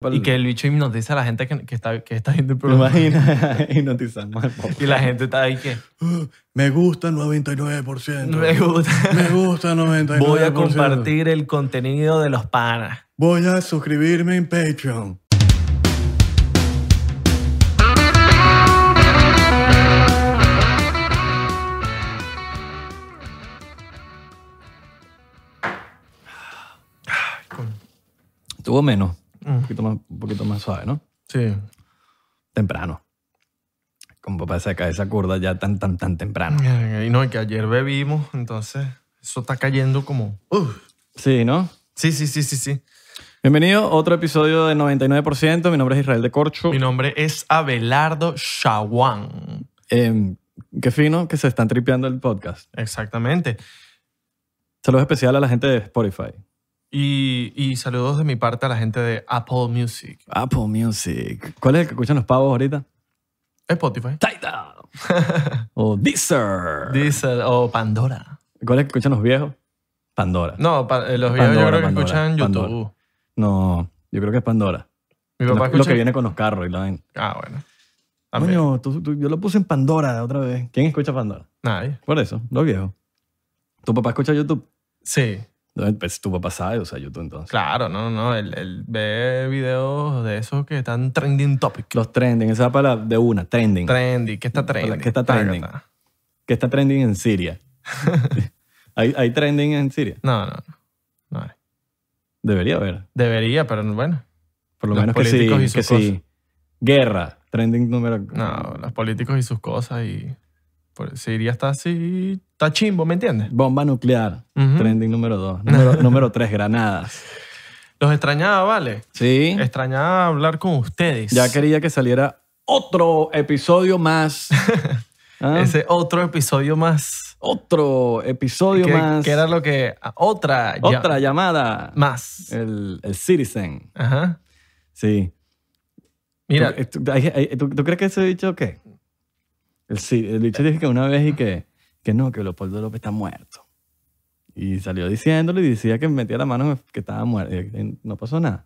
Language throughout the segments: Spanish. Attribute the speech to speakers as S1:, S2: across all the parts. S1: pa'l-
S2: Y que el bicho hipnotiza a la gente que, que está, que está viendo el
S1: Me
S2: programa.
S1: imaginas hipnotizando al pobre.
S2: Y la gente está ahí que
S3: "Uh, me gusta el 99%.
S2: me gusta.
S3: Me gusta el 99%.
S2: Voy a compartir el contenido de los panas.
S3: Voy a suscribirme en Patreon.
S1: Tuvo menos.
S2: Mm.
S1: Un poquito, más, un poquito más suave, ¿no?
S2: Sí.
S1: Temprano. Como para sacar esa curda ya tan, tan, tan temprano.
S2: Y no, y que ayer bebimos, entonces eso está cayendo como... uf.
S1: Sí, ¿no?
S2: Sí, sí, sí, sí, sí.
S1: Bienvenido a otro episodio de 99%. Mi nombre es Israel de Corcho.
S2: Mi nombre es Abelardo Shawan.
S1: Eh, qué fino que se están tripeando el podcast.
S2: Exactamente.
S1: Saludos especial a la gente de Spotify.
S2: Y, y saludos de mi parte a la gente de Apple Music.
S1: Apple Music. ¿Cuál es el que escuchan los pavos ahorita?
S2: Spotify.
S1: Tidal. o Deezer.
S2: Deezer o Pandora.
S1: ¿Cuál es el que escuchan los viejos? Pandora. No.
S2: No, pa- eh, los viejos yo
S1: Pandora,
S2: creo que
S1: Pandora,
S2: escuchan YouTube.
S1: Pandora. yo creo que es Pandora.
S2: Mi
S1: Lo,
S2: papá
S1: lo
S2: escucha...
S1: que viene con los carros y la vaina.
S2: Ah, bueno. También.
S1: Coño, tú- tú- yo lo puse en Pandora otra vez. ¿Quién escucha Pandora?
S2: Nadie.
S1: Por eso, los viejos. ¿Tu papá escucha YouTube?
S2: Sí,
S1: Pues tu papá sabe usa YouTube entonces.
S2: claro, no, no, él, él ve videos de esos que están trending topic.
S1: Los trending, esa palabra de una, trending.
S2: Trendy, ¿qué está trending?
S1: ¿qué está
S2: Taca,
S1: trending?
S2: taca.
S1: que está trending en Siria. ¿Hay, hay trending en Siria?
S2: No, no, no. no hay.
S1: Debería haber.
S2: Debería, pero bueno.
S1: Por lo
S2: Los
S1: menos que sí.
S2: políticos y sus
S1: Que sí. Guerra, trending número.
S2: No, los políticos y sus cosas y... por- Siria está así... Está chimbo, ¿me entiendes?
S1: Bomba nuclear,
S2: Ujú.
S1: trending número dos. Número, número tres, granadas.
S2: Los extrañaba, ¿vale?
S1: Sí.
S2: Extrañaba hablar con ustedes.
S1: Ya quería que saliera otro episodio más. ¿Ah?
S2: Ese otro episodio más.
S1: Otro episodio
S2: Que,
S1: más.
S2: que era lo que... ah, Otra. ya-
S1: Otra Eh. llamada.
S2: Más.
S1: El, el Citizen.
S2: Ajá.
S1: Sí.
S2: Mira,
S1: ¿Tú, tú- hay- hay- tú- tú crees que ese dicho qué? El, sí- el dicho dijo que una vez y que, que no, que Leopoldo López está muerto. Y salió diciéndolo y decía que metía la mano que estaba muerto. Y- y no pasó nada.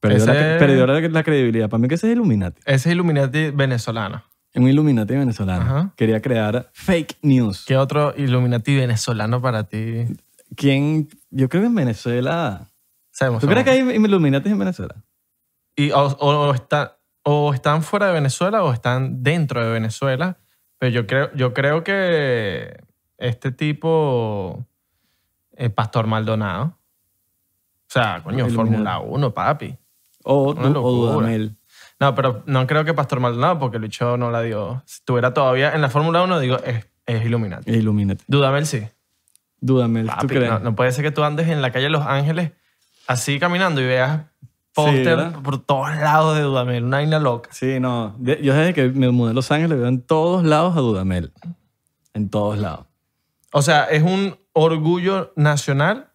S1: Perdió, la,
S2: Ese-
S1: cre- perdió la, la credibilidad. Para mí que ese es Illuminati.
S2: ese Illuminati venezolano.
S1: Un Illuminati venezolano.
S2: Ajá.
S1: Quería crear fake news.
S2: ¿Qué otro Illuminati venezolano para ti?
S1: ¿Quién? Yo creo que en Venezuela...
S2: Sabemos.
S1: ¿Tú crees que hay Illuminati en Venezuela?
S2: Y, o, o- o está- o están fuera de Venezuela o están dentro de Venezuela. Pero yo creo, yo creo que este tipo, eh, Pastor Maldonado. O sea, coño,
S1: Illuminati.
S2: Fórmula 1, papi.
S1: O,
S2: Una
S1: o
S2: locura.
S1: Dudamel.
S2: No, pero no creo que Pastor Maldonado, porque Lucho no la dio. Si estuviera todavía en la Fórmula 1, digo, es, es Illuminati.
S1: e Illuminati.
S2: Dúdame el sí.
S1: Dudamel, ¿tú
S2: Papi,
S1: crees?
S2: no, no puede ser que tú andes en la calle Los Ángeles así caminando y veas póster
S1: ¿verdad?
S2: por todos lados de Dudamel, una vaina loca.
S1: Sí, no. De- Yo desde que me mudé a Los Ángeles veo en todos lados a Dudamel. En todos lados.
S2: O sea, es un orgullo nacional,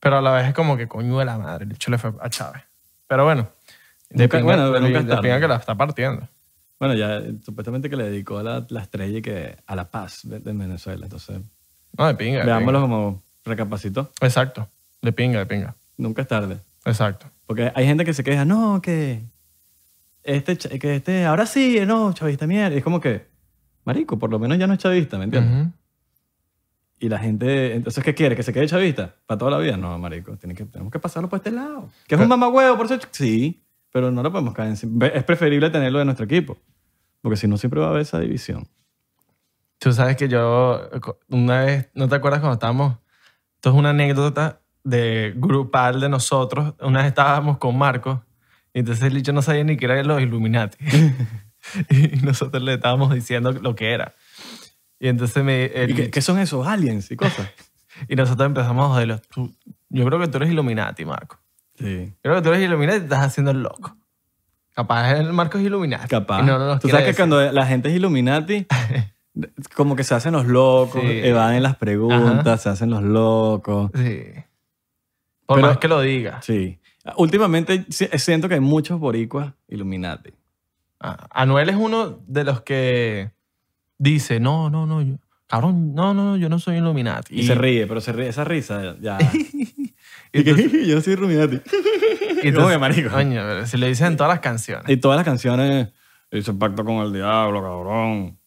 S2: pero a la vez es como que coño de la madre, el hecho le fue a Chávez. Pero bueno, de
S1: Nunca-
S2: pinga,
S1: bueno,
S2: de
S1: nunca es
S2: pinga- de
S1: tarde.
S2: pinga que la está partiendo.
S1: Bueno, ya eh, supuestamente que le dedicó a la, la estrella y que a la paz de, de Venezuela. Entonces,
S2: No, de pinga. de
S1: veámoslo como recapacitó.
S2: pinga. Exacto, de pinga, de pinga.
S1: Nunca es tarde.
S2: Exacto.
S1: Porque hay gente que se queja, no, que este, cha- que este, ahora sí, eh, no, chavista mierda. Y es como que, marico, por lo menos ya no es chavista, ¿me entiendes?
S2: Ujú.
S1: Y la gente, entonces, ¿qué quiere? ¿Que se quede chavista? ¿Para toda la vida? No, marico, tiene que, tenemos que pasarlo por este lado. ¿Que es un mamagüeo? Por eso, sí, pero no lo podemos caer encima. Es preferible tenerlo de nuestro equipo, porque si no, siempre va a haber esa división.
S2: Tú sabes que yo eh, co- una vez, ¿no te acuerdas cuando estábamos? Esto es una anécdota de grupal de nosotros. Una vez estábamos con Marco y entonces el dicho no sabía ni que eran los Illuminati. y nosotros le estábamos diciendo lo que era. Y entonces me, el-
S1: ¿Y qué, qué son esos aliens y cosas?
S2: y nosotros empezamos a joderlo. Tú- Yo creo que tú eres Illuminati, Marco.
S1: sí.
S2: Yo creo que tú eres Illuminati y te estás haciendo el loco. Capaz el Marco es Illuminati.
S1: Capaz.
S2: Y no, no nos
S1: Tú
S2: quiere
S1: sabes que
S2: decir.
S1: cuando la gente es Illuminati, como que se hacen los locos,
S2: Sí.
S1: evaden las preguntas, se hacen los locos.
S2: Sí. Por
S1: Pero-
S2: más que lo diga.
S1: Sí. Últimamente si- siento que hay muchos boricuas Illuminati.
S2: Ah, Anuel es uno de los que dice, no, no, no, yo- cabrón, no, no, yo no soy Illuminati.
S1: Y, se ríe, pero se ríe, esa risa ya... Y que yo soy Ruminati.
S2: Y
S1: Oye, marico.
S2: Coño, pero si le dices en todas las canciones.
S1: Y todas las canciones dicen pacto con el diablo, cabrón.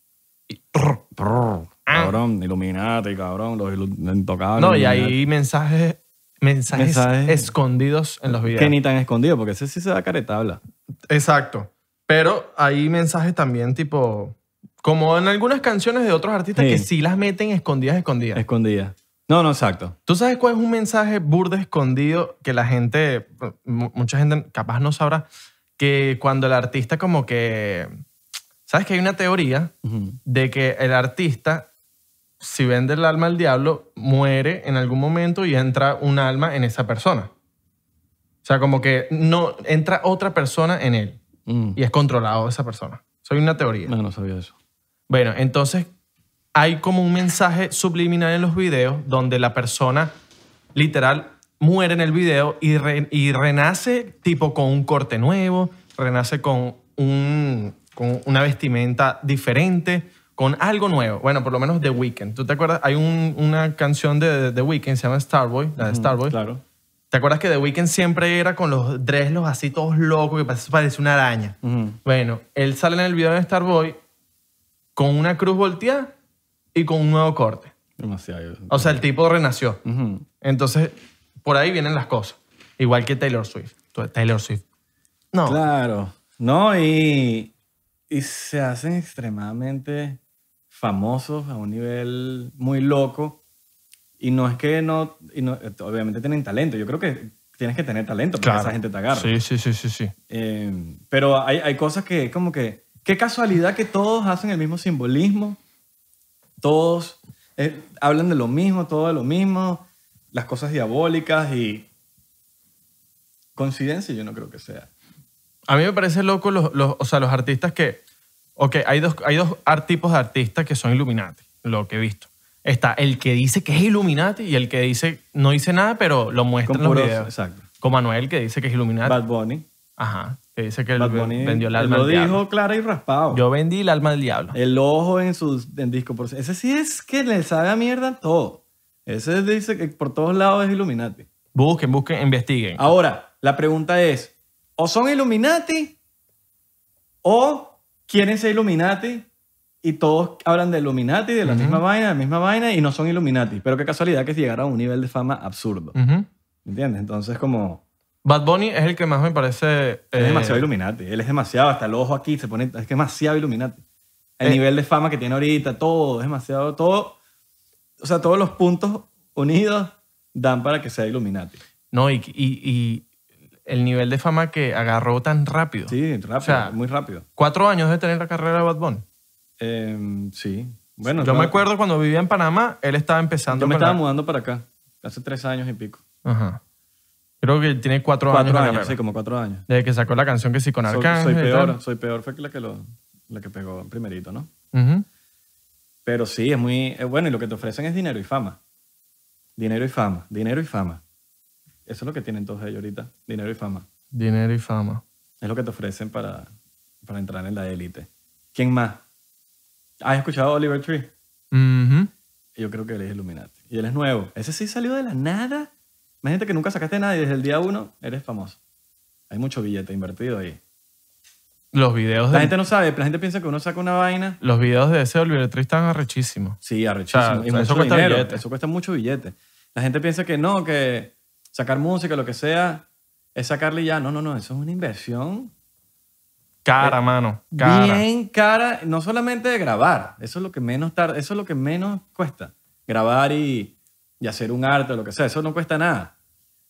S1: Y prr, prr, cabrón, Illuminati, cabrón, los ilu- intocables.
S2: Ah. No, y
S1: Illuminati.
S2: hay mensajes, mensajes
S1: Mensajes.
S2: escondidos en los videos.
S1: Que ni tan escondido, porque ese sí se da caretabla.
S2: Exacto. Pero hay mensajes también tipo... Como en algunas canciones de otros artistas
S1: Sí.
S2: que sí las meten escondidas, escondidas.
S1: Escondida. No, no, exacto.
S2: ¿Tú sabes cuál es un mensaje burda escondido que la gente, mu- mucha gente capaz no sabrá, que cuando el artista como que... ¿Sabes que hay una teoría
S1: Ujú.
S2: de que el artista, si vende el alma al diablo, muere en algún momento y entra un alma en esa persona? O sea, como que no entra otra persona en él
S1: Mm.
S2: y es controlado esa persona. Soy una teoría.
S1: No, no sabía eso.
S2: Bueno, entonces hay como un mensaje subliminal en los videos donde la persona literal muere en el video y, re- y renace tipo con un corte nuevo, renace con, un, con una vestimenta diferente, con algo nuevo. Bueno, por lo menos The Weeknd. ¿Tú te acuerdas? Hay un- una canción de, de The Weeknd, se llama Starboy, la de Starboy.
S1: Claro.
S2: ¿Te acuerdas que The Weeknd siempre era con los dreslos así todos locos que parece- parece una araña?
S1: Ujú.
S2: Bueno, él sale en el video de Starboy con una cruz volteada y con un nuevo corte.
S1: Demasiado.
S2: O sea, el tipo renació.
S1: Ujú.
S2: Entonces, por ahí vienen las cosas. Igual que Taylor Swift. Tú- Taylor Swift. No.
S1: Claro. No, y, y se hacen extremadamente famosos a un nivel muy loco. Y no es que no, y no- eh, obviamente tienen talento. Yo creo que tienes que tener talento para que esa gente te agarre.
S2: Sí, sí, sí, sí, sí.
S1: Eh, pero hay, hay cosas que como que, qué casualidad que todos hacen el mismo simbolismo, todos eh, hablan de lo mismo, todo de lo mismo, las cosas diabólicas y coincidencia yo no creo que sea.
S2: A mí me parece loco los, los- o sea, los artistas que... Ok, hay dos, hay dos ar- tipos de artistas que son Illuminati, lo que he visto. Está el que dice que es Illuminati y el que dice, no dice nada, pero lo muestra
S1: Con
S2: en los
S1: puros-
S2: videos.
S1: exacto.
S2: Como Manuel, que dice que es Illuminati.
S1: Bad Bunny.
S2: Ajá, que dice que él
S1: Bad
S2: ve-
S1: Bunny
S2: vendió el
S1: él
S2: alma
S1: lo
S2: al diablo.
S1: dijo Eh. clara y raspado.
S2: Yo vendí el alma al diablo.
S1: El ojo en sus en disco por ese sí es que le sabe a mierda todo. Ese dice que por todos lados es Illuminati.
S2: Busquen, busquen, investiguen.
S1: Ahora, la pregunta es, ¿o son Illuminati o quieren ser Illuminati y todos hablan de Illuminati, de la misma vaina, de la misma vaina y no son Illuminati? Pero qué casualidad que llegaron a un nivel de fama absurdo.
S2: Ujú.
S1: ¿Entiendes? Entonces como...
S2: Bad Bunny es el que más me parece...
S1: Es
S2: eh,
S1: demasiado Illuminati. Él es demasiado, hasta el ojo aquí se pone... Es que es demasiado Illuminati. El
S2: Eh.
S1: nivel de fama que tiene ahorita, todo, es demasiado, todo... O sea, todos los puntos unidos dan para que sea Illuminati.
S2: No, y, y- y el nivel de fama que agarró tan rápido.
S1: Sí, rápido,
S2: O sea,
S1: muy rápido.
S2: Cuatro años debe tener la carrera de Bad Bunny.
S1: Em, sí. Bueno,
S2: Yo me
S1: claro.
S2: acuerdo cuando vivía en Panamá, él estaba empezando.
S1: Yo me
S2: con la-
S1: estaba mudando para acá hace tres años y pico.
S2: Ajá. Creo que tiene cuatro,
S1: Cuatro
S2: años. la
S1: años,
S2: carrera.
S1: sí, como cuatro años.
S2: Desde que sacó la canción que sí con
S1: Soy,
S2: Arcángel.
S1: soy
S2: y
S1: peor,
S2: tal.
S1: soy peor fue la que lo, la que pegó primerito, ¿no?
S2: Ujú.
S1: Pero sí, es muy eh, bueno y lo que te ofrecen es dinero y fama, dinero y fama, dinero y fama. Eso es lo que tienen todos ellos ahorita, dinero y fama.
S2: Dinero y fama.
S1: Es lo que te ofrecen para, para entrar en la élite. ¿Quién más? ¿Has escuchado a Oliver Tree?
S2: Ujú.
S1: Yo creo que él es Illuminati. Y él es nuevo. Ese sí salió de la nada. Imagínate que nunca sacaste nada y desde el día uno eres famoso. Hay mucho billete invertido ahí.
S2: Los videos
S1: La
S2: de
S1: gente no sabe, pero la gente piensa que uno saca una vaina.
S2: Los videos de ese Olvidetriz están arrechísimos.
S1: Sí, arrechísimo.
S2: Claro,
S1: Y
S2: o sea, eso
S1: mucho
S2: cuesta
S1: dinero.
S2: billete.
S1: Eso cuesta mucho billete. La gente piensa que no, que sacar música, lo que sea, es sacarle y ya. No, no, no. Eso es una inversión
S2: Cara, mano. Cara.
S1: Eh, bien cara. No solamente de grabar. Eso es lo que menos tarda, eso es lo que menos cuesta. Grabar y, y hacer un arte o lo que sea. Eso no cuesta nada.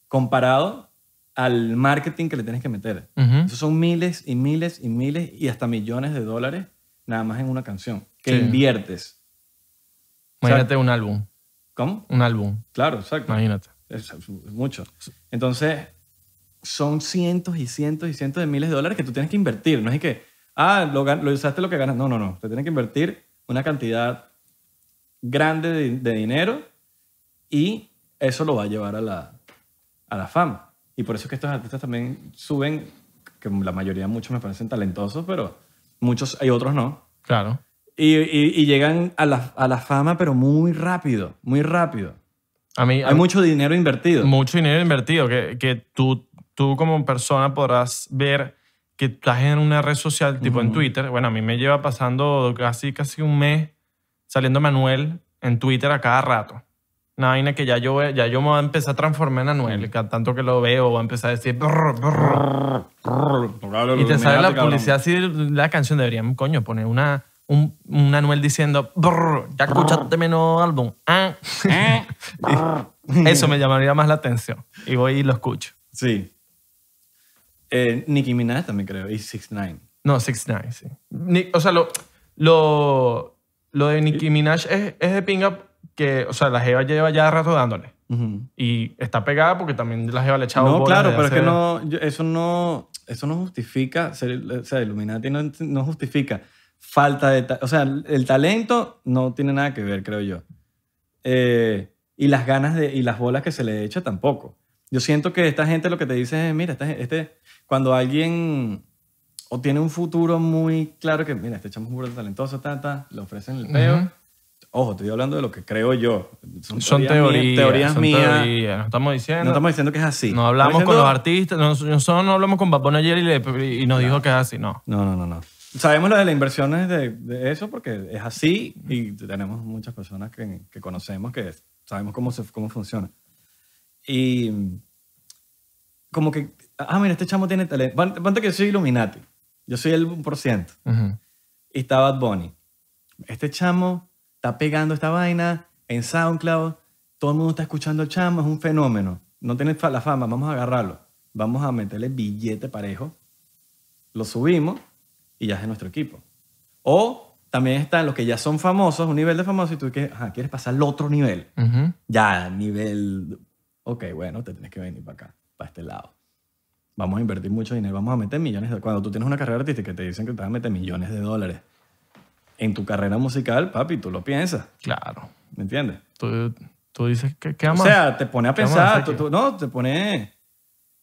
S1: Comparado al marketing que le tienes que meter.
S2: Ujú.
S1: Esos son miles y miles y miles y hasta millones de dólares nada más en una canción que
S2: Sí.
S1: inviertes.
S2: Imagínate un álbum.
S1: ¿Cómo?
S2: Un álbum.
S1: Claro, exacto.
S2: Imagínate.
S1: Es, es mucho. Entonces, son cientos y cientos y cientos de miles de dólares que tú tienes que invertir. No es que, ah, lo, gan- lo usaste lo que ganas. No, no, no. Te tienes que invertir una cantidad grande de, de dinero y eso lo va a llevar a la, a la fama. Y por eso es que estos artistas también suben, que la mayoría, muchos me parecen talentosos, pero muchos, hay otros no.
S2: Claro.
S1: Y, y- y llegan a la, a la fama, pero muy rápido, muy rápido.
S2: A mí, a
S1: Hay mucho dinero invertido.
S2: mucho dinero invertido, que, que tú, tú como persona podrás ver que estás en una red social, tipo en
S1: Ujú.
S2: Twitter. Bueno, a mí me lleva pasando casi, casi un mes saliendo Manuel en Twitter a cada rato. Una vaina que ya yo, ya yo me voy a empezar a transformar en Anuel, cada tanto que lo veo, voy a empezar a decir... brr, brr. Y te sale la publicidad así, la canción deberían, coño, poner una, un, un Anuel diciendo, "Brr, ya escuchaste mi nuevo álbum. Ah, ah". Y Eso me llamaría más la atención. Y voy y lo escucho.
S1: Sí. Eh, Nicki Minaj también creo, y 6ix9ine.
S2: No, 6ix9ine, sí. Ni- o sea, lo, lo, lo de Nicki Minaj es, es de pinga que, o sea, la Jeva lleva ya rato dándole.
S1: Ujú.
S2: Y está pegada porque también la Jeva le echaba
S1: No,
S2: bolas
S1: claro,
S2: desde
S1: pero es que
S2: hace-
S1: no, yo- eso no, eso no justifica, ser, o sea, Illuminati no, no justifica falta de, ta- o sea, el talento no tiene nada que ver, creo yo. Eh, y las ganas de, y las bolas que se le echa tampoco. Yo siento que esta gente lo que te dice es, mira, esta gen- este, cuando alguien o tiene un futuro muy claro que, mira, este chamo es un burro talentoso, ta, ta, le ofrecen el peo.
S2: Ujú.
S1: Ojo, estoy hablando de lo que creo yo. Son,
S2: Son
S1: teorías, mías-
S2: teorías.
S1: teorías
S2: son
S1: mías.
S2: teorías. No estamos diciendo.
S1: No estamos diciendo que es así.
S2: No hablamos
S1: Estamos
S2: con los
S1: diciendo-
S2: artistas, no- nosotros no hablamos con Bad Bunny ayer y, le- y nos dijo que es así, no.
S1: No, no, no, no. Sabemos lo de las inversiones de, de eso porque es así y tenemos muchas personas que, que conocemos que sabemos cómo, se, cómo funciona. Y como que, ah, mira, este chamo tiene talento. Pon- Ponte que yo soy Illuminati. Yo soy el 1%.
S2: Ujú.
S1: Y está Bad Bunny. Este chamo está pegando esta vaina en SoundCloud. Todo el mundo está escuchando al chamo. Es un fenómeno. No tiene fa- la fama. Vamos a agarrarlo. Vamos a meterle billete parejo. Lo subimos y ya es de nuestro equipo. O también están los que ya son famosos, un nivel de famoso y tú que, ajá, quieres pasar al otro nivel.
S2: Ujú.
S1: Ya, nivel... Ok, bueno, te tienes que venir para acá, para este lado. Vamos a invertir mucho dinero, vamos a meter millones de... Cuando tú tienes una carrera artística y te dicen que te vas a meter millones de dólares en tu carrera musical, papi, tú lo piensas,
S2: Claro.
S1: ¿me entiendes?
S2: Tú, tú dices que qué
S1: O
S2: amas.
S1: sea, te pone a
S2: ¿Qué vamos a hacer
S1: pensar,
S2: aquí?
S1: tú- tú- no, te pone...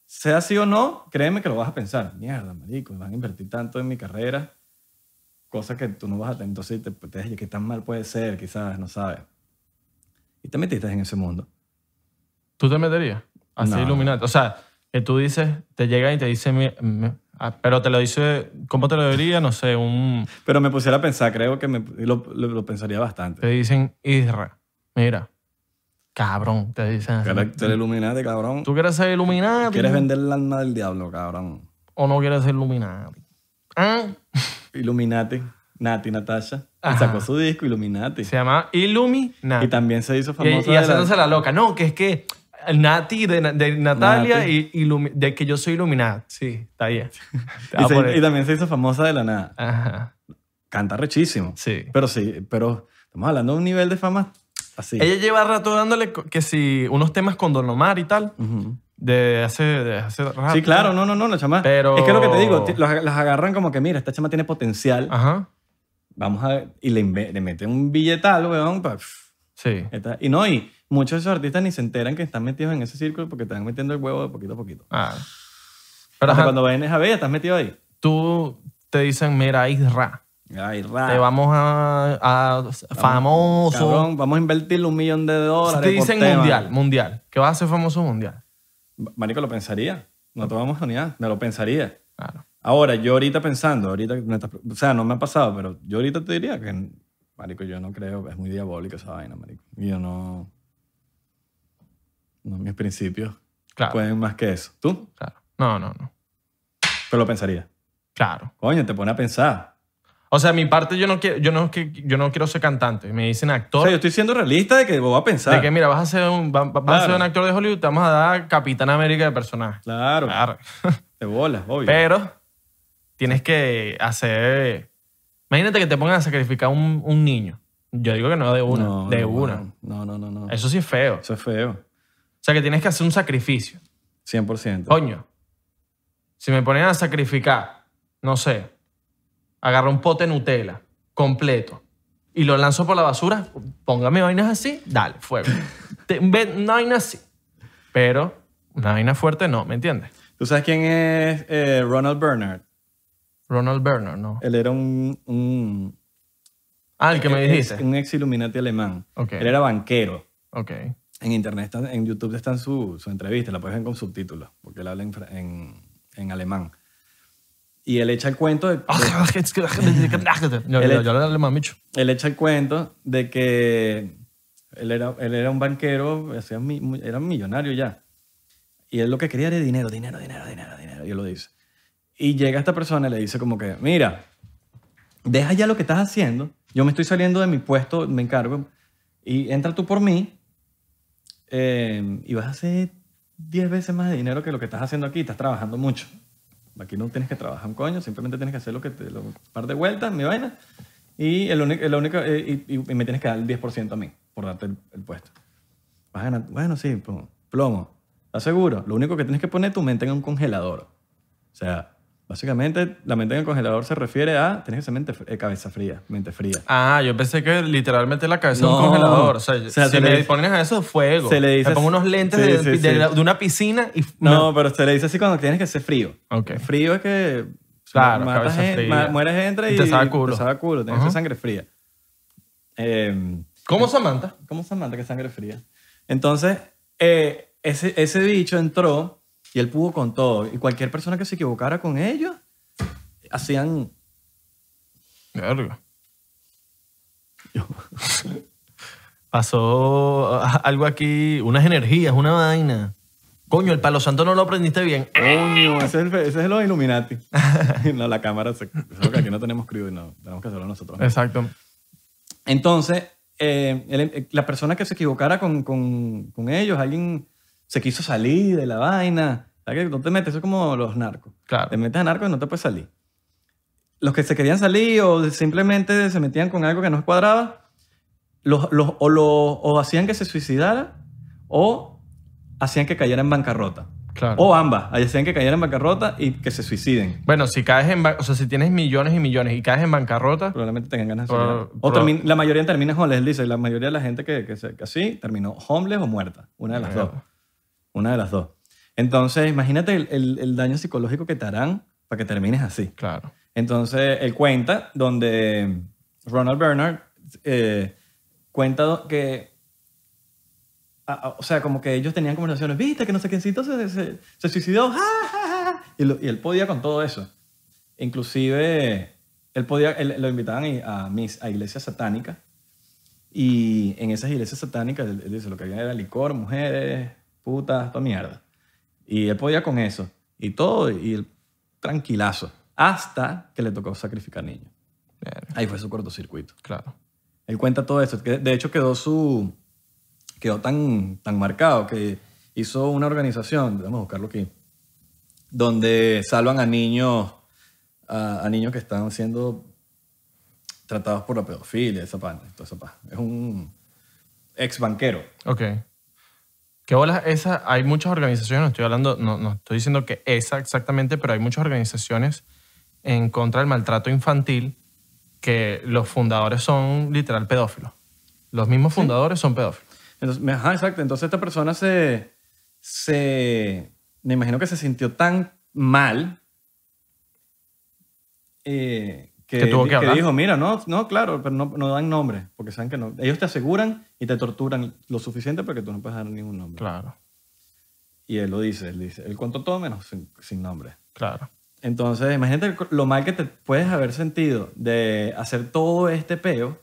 S1: Sea sí o no, créeme que lo vas a pensar. Mierda, marico, van a invertir tanto en mi carrera, cosas que tú no vas a tener. Entonces te, te dices, ¿qué tan mal puede ser? Quizás, no sabes. Y te metiste en ese mundo.
S2: ¿Tú te meterías? Así
S1: No.
S2: iluminante. O sea, que tú dices, te llega y te dice, mi- me- ah, pero te lo dice, ¿cómo te lo diría? No sé, un,
S1: Pero me pusiera a pensar, creo que me, lo, lo- lo pensaría
S2: te
S1: bastante.
S2: dicen, Isra, mira, cabrón, te dicen así.
S1: Carácter iluminante, cabrón.
S2: ¿Tú quieres ser iluminado
S1: ¿Quieres vender el alma del diablo, cabrón?
S2: o no quieres ser iluminado? ¿Ah?
S1: Illuminati, Nati, Natasha. Y
S2: Ajá.
S1: sacó su disco, Illuminati.
S2: Se llama Illuminati.
S1: Y también se hizo
S2: Y, y
S1: famosa. de la-
S2: haciéndose la loca. No, que es que Nati de, Na- de Natalia y ilumi- de que yo soy iluminada. Sí, está bien. Te voy
S1: y
S2: a
S1: se-
S2: poner-
S1: y también se hizo famosa de la nada.
S2: Ajá,
S1: Canta rechísimo.
S2: sí.
S1: Pero sí, pero estamos hablando de un nivel de fama así.
S2: Ella lleva rato dándole co- que si unos temas con Don Omar y tal,
S1: Ujú.
S2: de hace, de hace rato.
S1: Sí, claro, no, no, no, la chama.
S2: Pero-
S1: Es que lo que te digo, ti- los- las agarran como que, mira, esta chama tiene potencial.
S2: Ajá,
S1: Vamos a. Y le, inve- le meten un billetal, weón, pa-
S2: sí.
S1: Está- y no, y muchos de esos artistas ni se enteran que están metidos en ese círculo porque te van metiendo el huevo de poquito a poquito.
S2: Ah. Pero
S1: Hasta
S2: ajá,
S1: cuando vienes a ver, ya estás metido ahí.
S2: tú te dicen, mira, Isra,
S1: Ay, raro.
S2: te vamos a, a famoso.
S1: Ah. Cabrón, vamos a invertir un millón de dólares.
S2: te
S1: por
S2: dicen
S1: tema.
S2: mundial, mundial. Que vas a ser famoso mundial.
S1: Marico, lo pensaría. No te vamos a unidad. Me lo pensaría.
S2: Claro.
S1: Ahora, yo ahorita pensando, ahorita. me estás- o sea, no me ha pasado, pero yo ahorita te diría que. Marico, yo no creo. Es muy diabólica esa vaina, Marico. Y Yo no. No, mis principios
S2: Claro.
S1: pueden más que eso. ¿Tú?
S2: claro. No, no, no.
S1: Pero lo pensaría.
S2: Claro.
S1: Coño, te pone a pensar.
S2: O sea, mi parte yo no quiero, yo no, que- yo no quiero ser cantante. Me dicen
S1: O
S2: actor.
S1: sea, yo estoy siendo realista de que voy a pensar.
S2: de que mira, vas a ser un, va- va- vas a ser
S1: Claro.
S2: un actor de Hollywood, te vamos a dar Capitán América de personaje.
S1: Claro,
S2: Claro.
S1: te bolas, obvio.
S2: Ah. Pero tienes que hacer. Imagínate que te pongan a sacrificar un, un niño. Yo digo que no de una.
S1: No,
S2: de
S1: no,
S2: una.
S1: No, no, no, no. Eso,
S2: Eso sí es feo. O
S1: es feo.
S2: sea que tienes que hacer un sacrificio.
S1: 100%.
S2: Coño. Si me ponían a sacrificar, no sé, agarro un pote de Nutella completo y lo lanzo por la basura, póngame vainas así, dale, fuego. Te- ve- una vaina así. Pero una vaina fuerte no, ¿me entiendes?
S1: ¿Tú sabes quién es eh, Ronald Bernard?
S2: Ronald Bernard, no.
S1: Él era un, un,
S2: Ah, el que me
S1: ex,
S2: dijiste.
S1: un ex Illuminati alemán.
S2: Ok.
S1: Él era banquero.
S2: Ok.
S1: En internet, están- en YouTube están su, su entrevista, la puedes ver con subtítulos, porque él habla en, fra- en, en alemán. Y él echa el cuento de- de
S2: Yo, yo, yo le hablé más micho.
S1: él echa el cuento de que él era, él era un banquero, hacía mi- mu- era un millonario ya. Y él lo que quería era dinero, dinero, dinero, dinero, dinero. Y él lo dice. Y llega esta persona y le dice como que, mira, deja ya lo que estás haciendo. Yo me estoy saliendo de mi puesto, me encargo. Y entra tú por mí eh, y vas a hacer 10 veces más de dinero que lo que estás haciendo aquí. Estás trabajando mucho. Aquí no tienes que trabajar un coño, simplemente tienes que hacer lo que te, lo, un par de vueltas, mi vaina. Y, el único, el único, eh, y, y- y me tienes que dar el 10% a mí por darte el, el puesto. Vas a ganar- bueno, sí, pl- plomo. ¿Estás seguro? Lo único que tienes que poner es tu mente en un congelador. O sea, básicamente la mente en el congelador se refiere a, tienes que ser mente, fr- eh, cabeza fría, mente fría.
S2: Ah, yo pensé que literalmente la cabeza en un
S1: No.
S2: congelador. O sea,
S1: O sea,
S2: si
S1: se le
S2: me
S1: dice-
S2: pones a eso, fuego.
S1: se le dice-
S2: Me pongo unos lentes
S1: Sí,
S2: de,
S1: sí,
S2: de
S1: sí.
S2: la- de una piscina y...
S1: No, pero se le dice así cuando tienes que ser frío.
S2: Ok.
S1: Frío es que
S2: Claro,
S1: matas
S2: cabeza
S1: gente,
S2: fría.
S1: ma- mueres gente
S2: Y
S1: y
S2: te sabe culo.
S1: Te sabe culo, tienes que
S2: Ajá.
S1: ser sangre fría. Eh,
S2: ¿Cómo Samantha?
S1: ¿Cómo se manda que sangre fría? Entonces, eh, ese, ese bicho entró y él pudo con todo. Y cualquier persona que se equivocara con ellos, hacían...
S2: Verga. Pasó ah, algo aquí, unas energías, una vaina. Coño, el palo santo no lo aprendiste bien.
S1: Coño, ese es, el, ese es los Illuminati. no, la cámara, se, solo que aquí no tenemos crew y no, tenemos que hacerlo nosotros.
S2: Exacto.
S1: Entonces, eh, él- eh, la persona que se equivocara con, con- con ellos, alguien se quiso salir de la vaina. ¿Sabes que No te metes, eso es como los narcos.
S2: Claro.
S1: Te metes a narcos y no te puedes salir. Los que se querían salir o simplemente se metían con algo que no cuadraba, los, los- o, lo- o hacían que se suicidara o hacían que cayera en bancarrota.
S2: Claro.
S1: O ambas, hacían que cayera en bancarrota y que se suiciden.
S2: Bueno, si caes en... ba- O sea, si tienes millones y millones y caes en bancarrota...
S1: Probablemente tengan ganas de
S2: Proba-
S1: suicidar. O
S2: proba-
S1: termin- la mayoría termina homeless, él dice. La mayoría de la gente que, que, se- que así terminó homeless o muerta. Una de las dos. Una de las dos. Entonces, imagínate el, el- el daño psicológico que te harán para que termines así.
S2: Claro.
S1: Entonces, él cuenta donde Ronald Bernard eh, cuenta do- que, a- a- o sea, como que ellos tenían conversaciones, viste que no sé quiéncito se, se, se suicidó, ja, ja, ja", Y, lo- y él podía con todo eso. Inclusive, él podía, él- lo invitaban y- a, mis, a iglesias satánicas y en esas iglesias satánicas, él- él dice, lo que había era licor, mujeres, putas, toda mierda. Y él podía con eso. Y todo, y él tranquilazo. Hasta que le tocó sacrificar niños.
S2: Verga,
S1: Ahí fue su cortocircuito.
S2: Claro.
S1: Él cuenta todo eso. que De hecho, quedó su... Quedó tan, tan marcado que hizo una organización, vamos a buscarlo aquí, donde salvan a niños, a, a niños que están siendo tratados por la pedofilia, esa parte. toda esa parte. Es un ex banquero.
S2: Ok. ¿Qué bolas esa? Hay muchas organizaciones, no estoy hablando, no, no estoy diciendo que esa exactamente, pero hay muchas organizaciones en contra del maltrato infantil que los fundadores son literal pedófilos. Los mismos fundadores son pedófilos.
S1: Entonces, me- ajá, exacto. Entonces esta persona se, se, me imagino que se sintió tan mal eh, que,
S2: Que tuvo que hablar.
S1: dijo, mira, no, no, claro, pero no, no dan nombre, porque saben que no. Ellos te aseguran y te torturan lo suficiente para que tú no puedas dar ningún nombre.
S2: Claro,
S1: Y él lo dice, él dice, él contó todo menos sin, sin nombre.
S2: claro.
S1: Entonces, imagínate lo mal que te puedes haber sentido de hacer todo este peo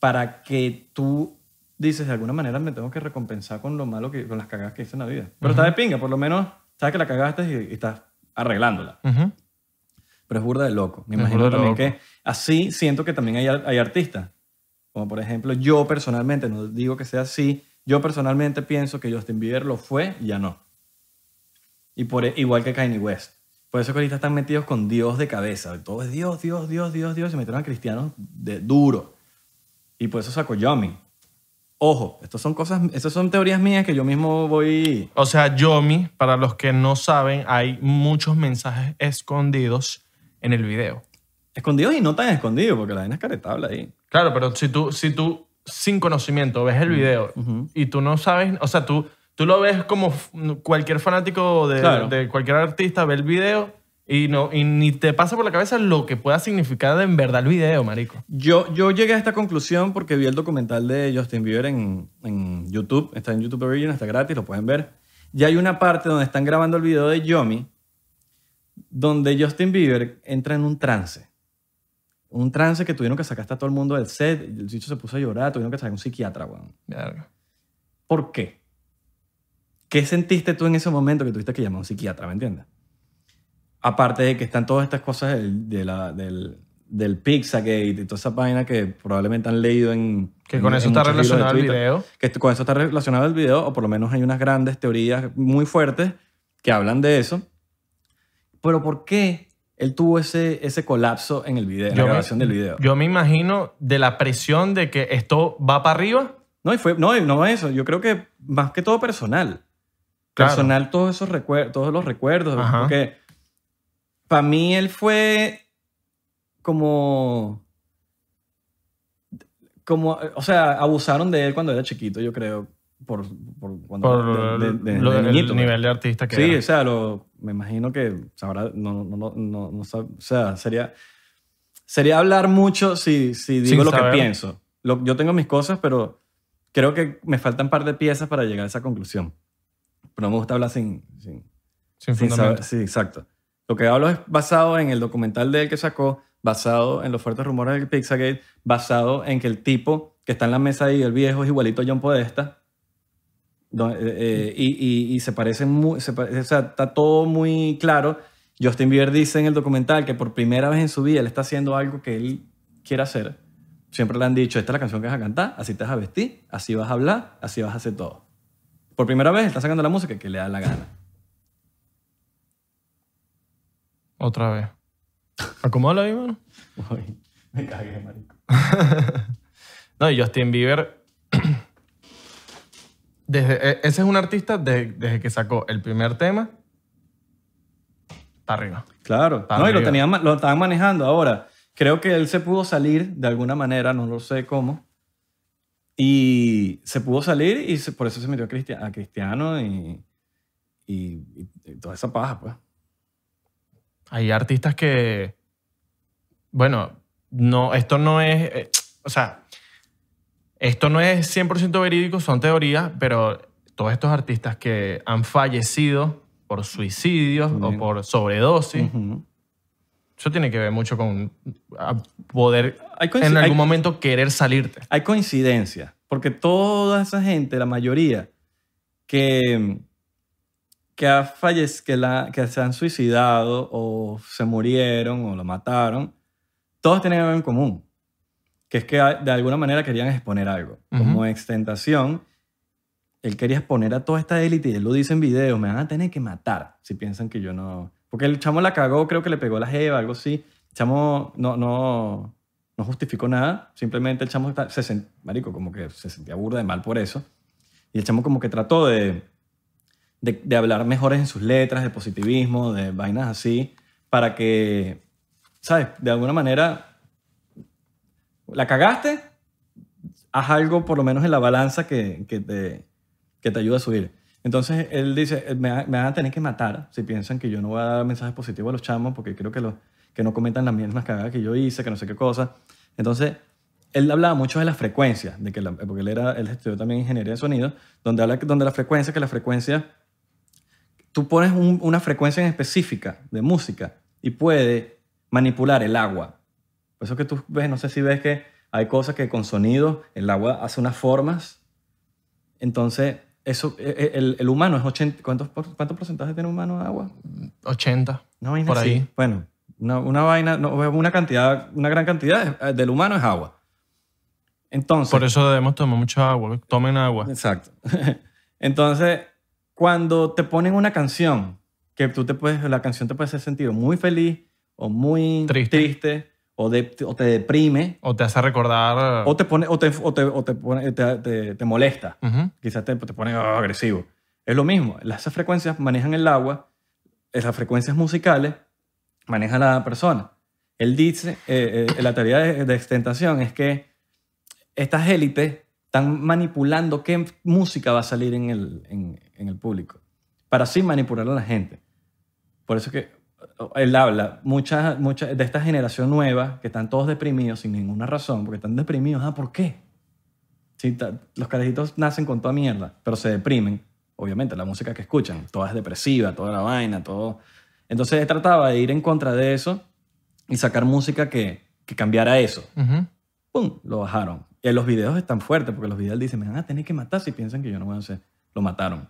S1: para que tú dices, de alguna manera me tengo que recompensar con lo malo que, con las cagadas que hice en la vida. Pero está de pinga, por lo menos sabes que la cagaste y, y estás arreglándola.
S2: Ujú.
S1: Pero es burda de loco. Me
S2: Es
S1: imagino
S2: burda de
S1: también
S2: loco.
S1: que así siento que también hay, ar- hay artistas. Como por ejemplo, yo personalmente, no digo que sea así, yo personalmente pienso que Justin Bieber lo fue y ya no. Y por, e- igual que Kanye West. Por eso que ahorita están metidos con Dios de cabeza. Todo es Dios, Dios, Dios, Dios, Dios. Se metieron a cristianos de duro. Y por eso sacó Yomi. Ojo, estas son cosas, estas son teorías mías que yo mismo voy...
S2: O sea, Yomi, para los que no saben, hay muchos mensajes escondidos en el video.
S1: Escondidos y no tan escondidos, porque la vaina es caretable ahí.
S2: Claro, pero si tú, si tú sin conocimiento ves el video y tú no sabes, o sea, tú, tú lo ves como f- cualquier fanático de,
S1: Claro.
S2: de cualquier artista, ve el video Y, no, y ni te pasa por la cabeza lo que pueda significar en verdad el video, marico.
S1: Yo, yo llegué a esta conclusión porque vi el documental de Justin Bieber en, en YouTube. Está en YouTube Origin, está gratis, lo pueden ver. Y hay una parte donde están grabando el video de Yomi, donde Justin Bieber entra en un trance. Un trance que tuvieron que sacar hasta todo el mundo del set. El dicho se puso a llorar, tuvieron que sacar un psiquiatra, weón.
S2: Verga.
S1: ¿Por qué? ¿Qué sentiste tú en ese momento que tuviste que llamar a un psiquiatra, me entiendes? Aparte de que están todas estas cosas del, de la- del, del Pizzagate y toda esa vaina que probablemente han leído en...
S2: Que
S1: en-
S2: con eso
S1: en
S2: está
S1: muchos hilos de
S2: relacionado el
S1: Twitter.
S2: video.
S1: Que esto- con eso está relacionado el video, o por lo menos hay unas grandes teorías muy fuertes que hablan de eso. Pero ¿por qué él tuvo ese, ese colapso en el video, en la
S2: Yo me-
S1: grabación del video?
S2: Yo me imagino de la presión de que esto va para arriba.
S1: No, y fue, no, y no eso. Yo creo que más que todo personal.
S2: Claro.
S1: Personal, todos esos recuerdos, todos los recuerdos.
S2: Ajá.
S1: Porque para mí él fue como. Como, o sea, abusaron de él cuando era chiquito, yo creo, por, por cuando
S2: Por
S1: de- de- de-
S2: lo-
S1: de
S2: el
S1: niñito, pues.
S2: nivel de artista que
S1: Sí,
S2: era.
S1: o sea, lo, me imagino que sabrá, no, no, no, no, no sab- o sea, sería, sería hablar mucho si, si digo
S2: Sin
S1: lo
S2: saber.
S1: que pienso. Lo- yo tengo mis cosas, pero creo que me faltan un par de piezas para llegar a esa conclusión. Pero no me gusta hablar sin, sin,
S2: sin
S1: sin
S2: fundamento.
S1: saber. Sí, exacto. Lo que hablo es basado en el documental de él que sacó, basado en los fuertes rumores del Pizzagate, basado en que el tipo que está en la mesa ahí, el viejo, es igualito a John Podesta. Do- eh, eh, y, y- y se parecen muy. se pare- o sea, está todo muy claro. Justin Bieber dice en el documental que por primera vez en su vida él está haciendo algo que él quiere hacer. Siempre le han dicho: Esta es la canción que vas a cantar, así te vas a vestir, así vas a hablar, así vas a hacer todo. Por primera vez está sacando la música que le da la gana.
S2: Otra vez. Acomódalo ahí, mano.
S1: Uy, me cagué, marico.
S2: No, y Justin Bieber. desde, e- ese es un artista de- desde que sacó el primer tema. Para arriba.
S1: Claro.
S2: Pa'
S1: no, y lo,
S2: arriba.
S1: tenían, ma- lo estaban manejando ahora. Creo que él se pudo salir de alguna manera, no lo sé cómo. Y se pudo salir y se- por eso se metió a, Cristi- a Cristiano y, y- y- y toda esa paja, pues.
S2: Hay artistas que. Bueno, no, esto no es. eh, o sea, esto no es 100% verídico, son teorías, pero todos estos artistas que han fallecido por suicidios
S1: También.
S2: o por sobredosis,
S1: Ujú.
S2: eso tiene que ver mucho con ah, poder
S1: Hay, coinci-
S2: en
S1: Pues hay-
S2: algún momento querer salirte.
S1: hay coincidencia, porque toda esa gente, la mayoría, que, que, ha falle- que, la, que se han suicidado o se murieron o lo mataron, todos tienen algo en común, que es que a- de alguna manera querían exponer algo, como
S2: Ujú.
S1: extentación. Él quería exponer a toda esta élite y él lo dice en videos, me van a tener que matar si piensan que yo no... Porque el chamo la cagó, creo que le pegó la jeva, algo así. El chamo no, no, no justificó nada, simplemente el chamo está- se sent- marico, como que se sentía burda de mal por eso. Y el chamo como que trató de, de, de hablar mejores en sus letras, de positivismo, de vainas así, para que, ¿sabes? De alguna manera, la cagaste, haz algo por lo menos en la balanza que, que te, que te ayuda a subir. Entonces él dice, eh, me, va- me van a tener que matar si piensan que yo no voy a dar mensajes positivos a los chamos porque creo que, los, que no comentan las mismas cagadas que yo hice, que no sé qué cosa. Entonces, él hablaba mucho de las frecuencias, de que la- porque él, era, él estudió también ingeniería de sonido, donde habla que- donde la frecuencia, que la frecuencia tú pones un- una frecuencia en específica de música y puede manipular el agua. Por eso que tú ves, no sé si ves que hay cosas que con sonido el agua hace unas formas. Entonces, eso, e- e- el, el humano es 80... ¿cuántos por- ¿Cuánto porcentaje tiene el humano de agua?
S2: 80.
S1: Una vaina
S2: Por
S1: así.
S2: ahí.
S1: Bueno, una, una vaina, no, una cantidad, una gran cantidad eh, del humano es agua. Entonces...
S2: Por eso debemos tomar mucha agua. Tomen agua.
S1: Exacto. Entonces, cuando te ponen una canción, que tú te puedes, la canción te puede hacer sentir muy feliz o muy
S2: Triste.
S1: triste, o, de- o te deprime,
S2: O te hace recordar.
S1: o te pone, o te, o te, o te, pone- te- te- te molesta.
S2: Ujú.
S1: Quizás te, te pone ah, agresivo. Es lo mismo. Las esas frecuencias manejan el agua, esas frecuencias musicales manejan la persona. Él dice, eh, eh, la teoría de, de extentación es que estas élites están manipulando qué música va a salir en el, en, en el público para así manipular a la gente. Por eso que él habla, muchas muchas de esta generación nueva que están todos deprimidos sin ninguna razón, porque están deprimidos, ah, ¿por qué? Sí, ta- los carajitos nacen con toda mierda, pero se deprimen. Obviamente, la música que escuchan, toda es depresiva, toda la vaina, todo. Entonces, él trataba de ir en contra de eso y sacar música que, que cambiara eso.
S2: Ujú.
S1: ¡Pum! Lo bajaron. Y los videos están fuertes porque los videos dicen, me van a tener que matar si piensan que yo no voy a hacer. Lo mataron.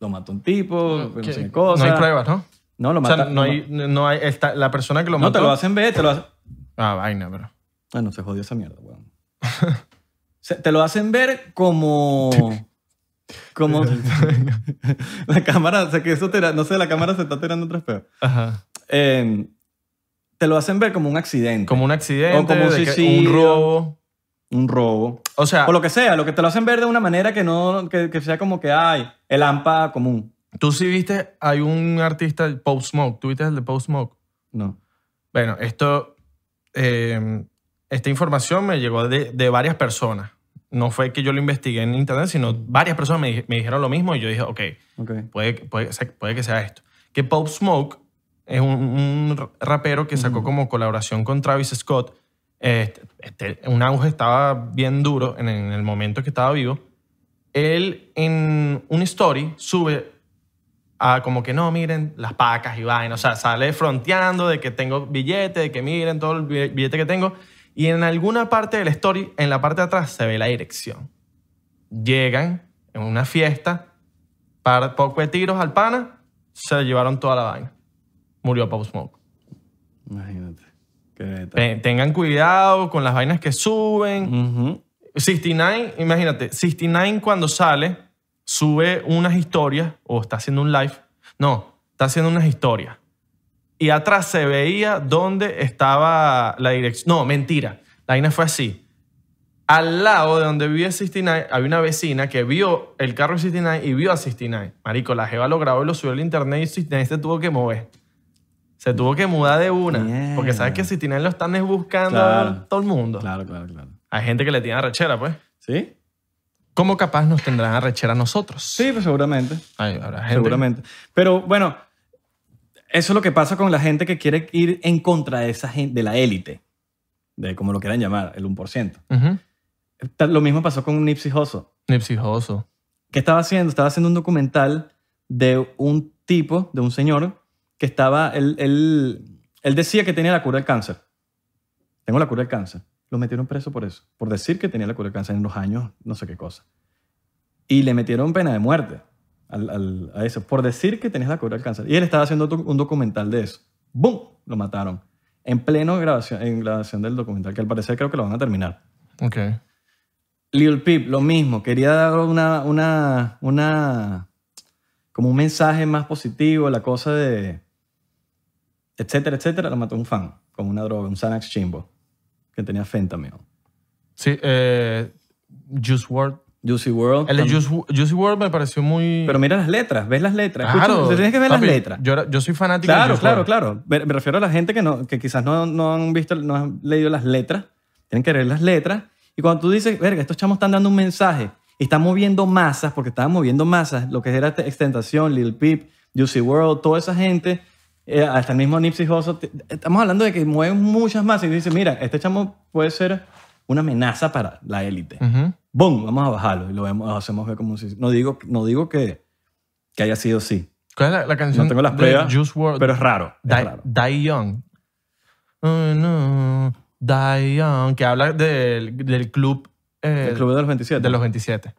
S1: Lo mató un tipo, pero no sé qué cosa.
S2: no hay pruebas, ¿no?
S1: No, lo
S2: O sea,
S1: mataron.
S2: no hay, no hay está- la persona que lo
S1: No,
S2: mató.
S1: te lo hacen ver, te lo hacen...
S2: Ah, vaina, pero.
S1: Ah, no, se jodió esa mierda, weón. Se- te lo hacen ver como... Como... la cámara, o sea, que eso te da- No sé, la cámara se está tirando otras peor.
S2: Ajá.
S1: Eh, te lo hacen ver como un accidente.
S2: Como un accidente,
S1: O como un
S2: de que-
S1: suicidio.
S2: un robo.
S1: Un robo.
S2: O sea,
S1: O lo que sea, lo que te lo hacen ver de una manera que no... Que, que sea como que, ay, el AMPA común.
S2: tú sí viste, hay un artista, el Post Smoke. ¿Tú viste el de Post Smoke?
S1: No.
S2: Bueno, esto, eh, esta información me llegó de, de varias personas. No fue que yo lo investigué en internet, sino varias personas me, di- me dijeron lo mismo y yo dije, ok,
S1: Ok.
S2: puede, que- puede, que sea- puede que sea esto. Que Pop Smoke es un, un rapero que sacó como colaboración con Travis Scott. Eh, este- este- un auge estaba bien duro en, en el momento que estaba vivo. Él en un story sube a como que no, miren las pacas y vainas. O sea, sale fronteando de que tengo billete, de que miren todo el bi- billete que tengo. Y en alguna parte del story, en la parte de atrás, se ve la dirección. Llegan en una fiesta, par, poco de tiros al pana, se llevaron toda la vaina. Murió Pop Smoke.
S1: Imagínate. Qué beta.
S2: Te- tengan cuidado con las vainas que suben.
S1: Ujú.
S2: 69, imagínate, 69 cuando sale, sube unas historias o está haciendo un live. No, está haciendo unas historias. Y atrás se veía dónde estaba la dirección. No, mentira. La vaina fue así. Al lado de donde vivía 69, había una vecina que vio el carro de 69 y vio a 69. Marico, la jeva lo grabó y lo subió al internet y 69 se tuvo que mover. Se tuvo que mudar de una. Porque sabes que 69 lo están es buscando
S1: Claro.
S2: todo el mundo.
S1: Claro, claro, claro.
S2: Hay gente que le tiene arrechera, pues.
S1: ¿Sí?
S2: ¿Cómo capaz nos tendrán arrechera a nosotros?
S1: Sí, pues seguramente.
S2: Ay, habrá gente.
S1: Seguramente. Pero bueno, eso es lo que pasa con la gente que quiere ir en contra de esa gente, de la élite, de como lo quieran llamar, el 1%.
S2: Ujú.
S1: Ta- Lo mismo pasó con Nipsey Hussle.
S2: Nipsey Hussle.
S1: ¿Qué estaba haciendo? Estaba haciendo un documental de un tipo, de un señor, que estaba, él, él, él decía que tenía la cura del cáncer. Tengo la cura del cáncer. Lo metieron preso por eso, por decir que tenía la cura del cáncer en los años, no sé qué cosa. Y le metieron pena de muerte al- al- a eso, por decir que tenías la cura del cáncer. Y él estaba haciendo doc- un documental de eso. ¡Bum! Lo mataron. En pleno grabación, en grabación del documental, que al parecer creo que lo van a terminar.
S2: Ok.
S1: Lil Peep, lo mismo. Quería dar una, una, una, como un mensaje más positivo, la cosa de, etcétera, etcétera. Lo mató un fan con una droga, un Xanax chimbo, que tenía fentanyl.
S2: Sí, eh, Juice WRLD.
S1: Juicy World.
S2: El de Juice, Juice WRLD me pareció muy...
S1: Pero mira las letras, ves las letras. Escucha, tienes que ver
S2: papi,
S1: las letras.
S2: Yo, era- yo soy fanático
S1: Claro,
S2: de Juice
S1: claro,
S2: WRLD.
S1: claro. Me, me refiero a la gente que, no, que quizás no, no han visto, no han leído las letras. Tienen que leer las letras. Y cuando tú dices, verga, estos chamos están dando un mensaje, y están moviendo masas, porque estaban moviendo masas, lo que era este Extentación, Lil Peep, Juicy World, toda esa gente, eh, hasta el mismo Nipsey Hussle. te- Estamos hablando de que mueven muchas masas y dices, mira, este chamo puede ser una amenaza para la élite.
S2: Ujú.
S1: ¡Bum! Vamos a bajarlo y lo, vemos, lo hacemos ver como si... No digo, no digo que, que haya sido así.
S2: ¿Cuál es la, la canción
S1: No tengo las
S2: de
S1: pruebas,
S2: Juice WRLD.
S1: pero es raro. Es
S2: Die,
S1: raro.
S2: Die Young. Oh, no. Die Young. Que habla del, del club... eh,
S1: El Club de los 27.
S2: de los 27.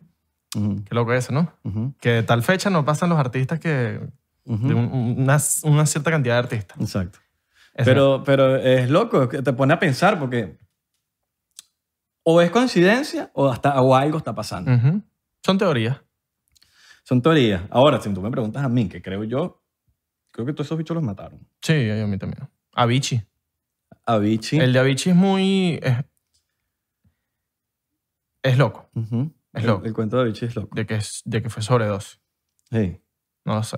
S1: Ujú,
S2: Qué loco eso, ¿no?
S1: ujú,
S2: Que de tal fecha no pasan los artistas que,
S1: ujú.
S2: de un- una, una cierta cantidad de artistas.
S1: Exacto.
S2: Eso.
S1: Pero, pero es loco, es que te pone a pensar porque o es coincidencia o, hasta, o algo está pasando.
S2: Ujú. Son teorías.
S1: Son teorías. Ahora, si tú me preguntas a mí, que creo yo, creo que todos esos bichos los mataron.
S2: Sí, a mí también. Avicii.
S1: Avicii.
S2: El de Avicii es muy... Es, es loco.
S1: Ujú.
S2: Es
S1: El-
S2: loco.
S1: El, cuento de Avicii es loco.
S2: De que, es- de que fue sobredosis.
S1: Sí.
S2: No lo sé.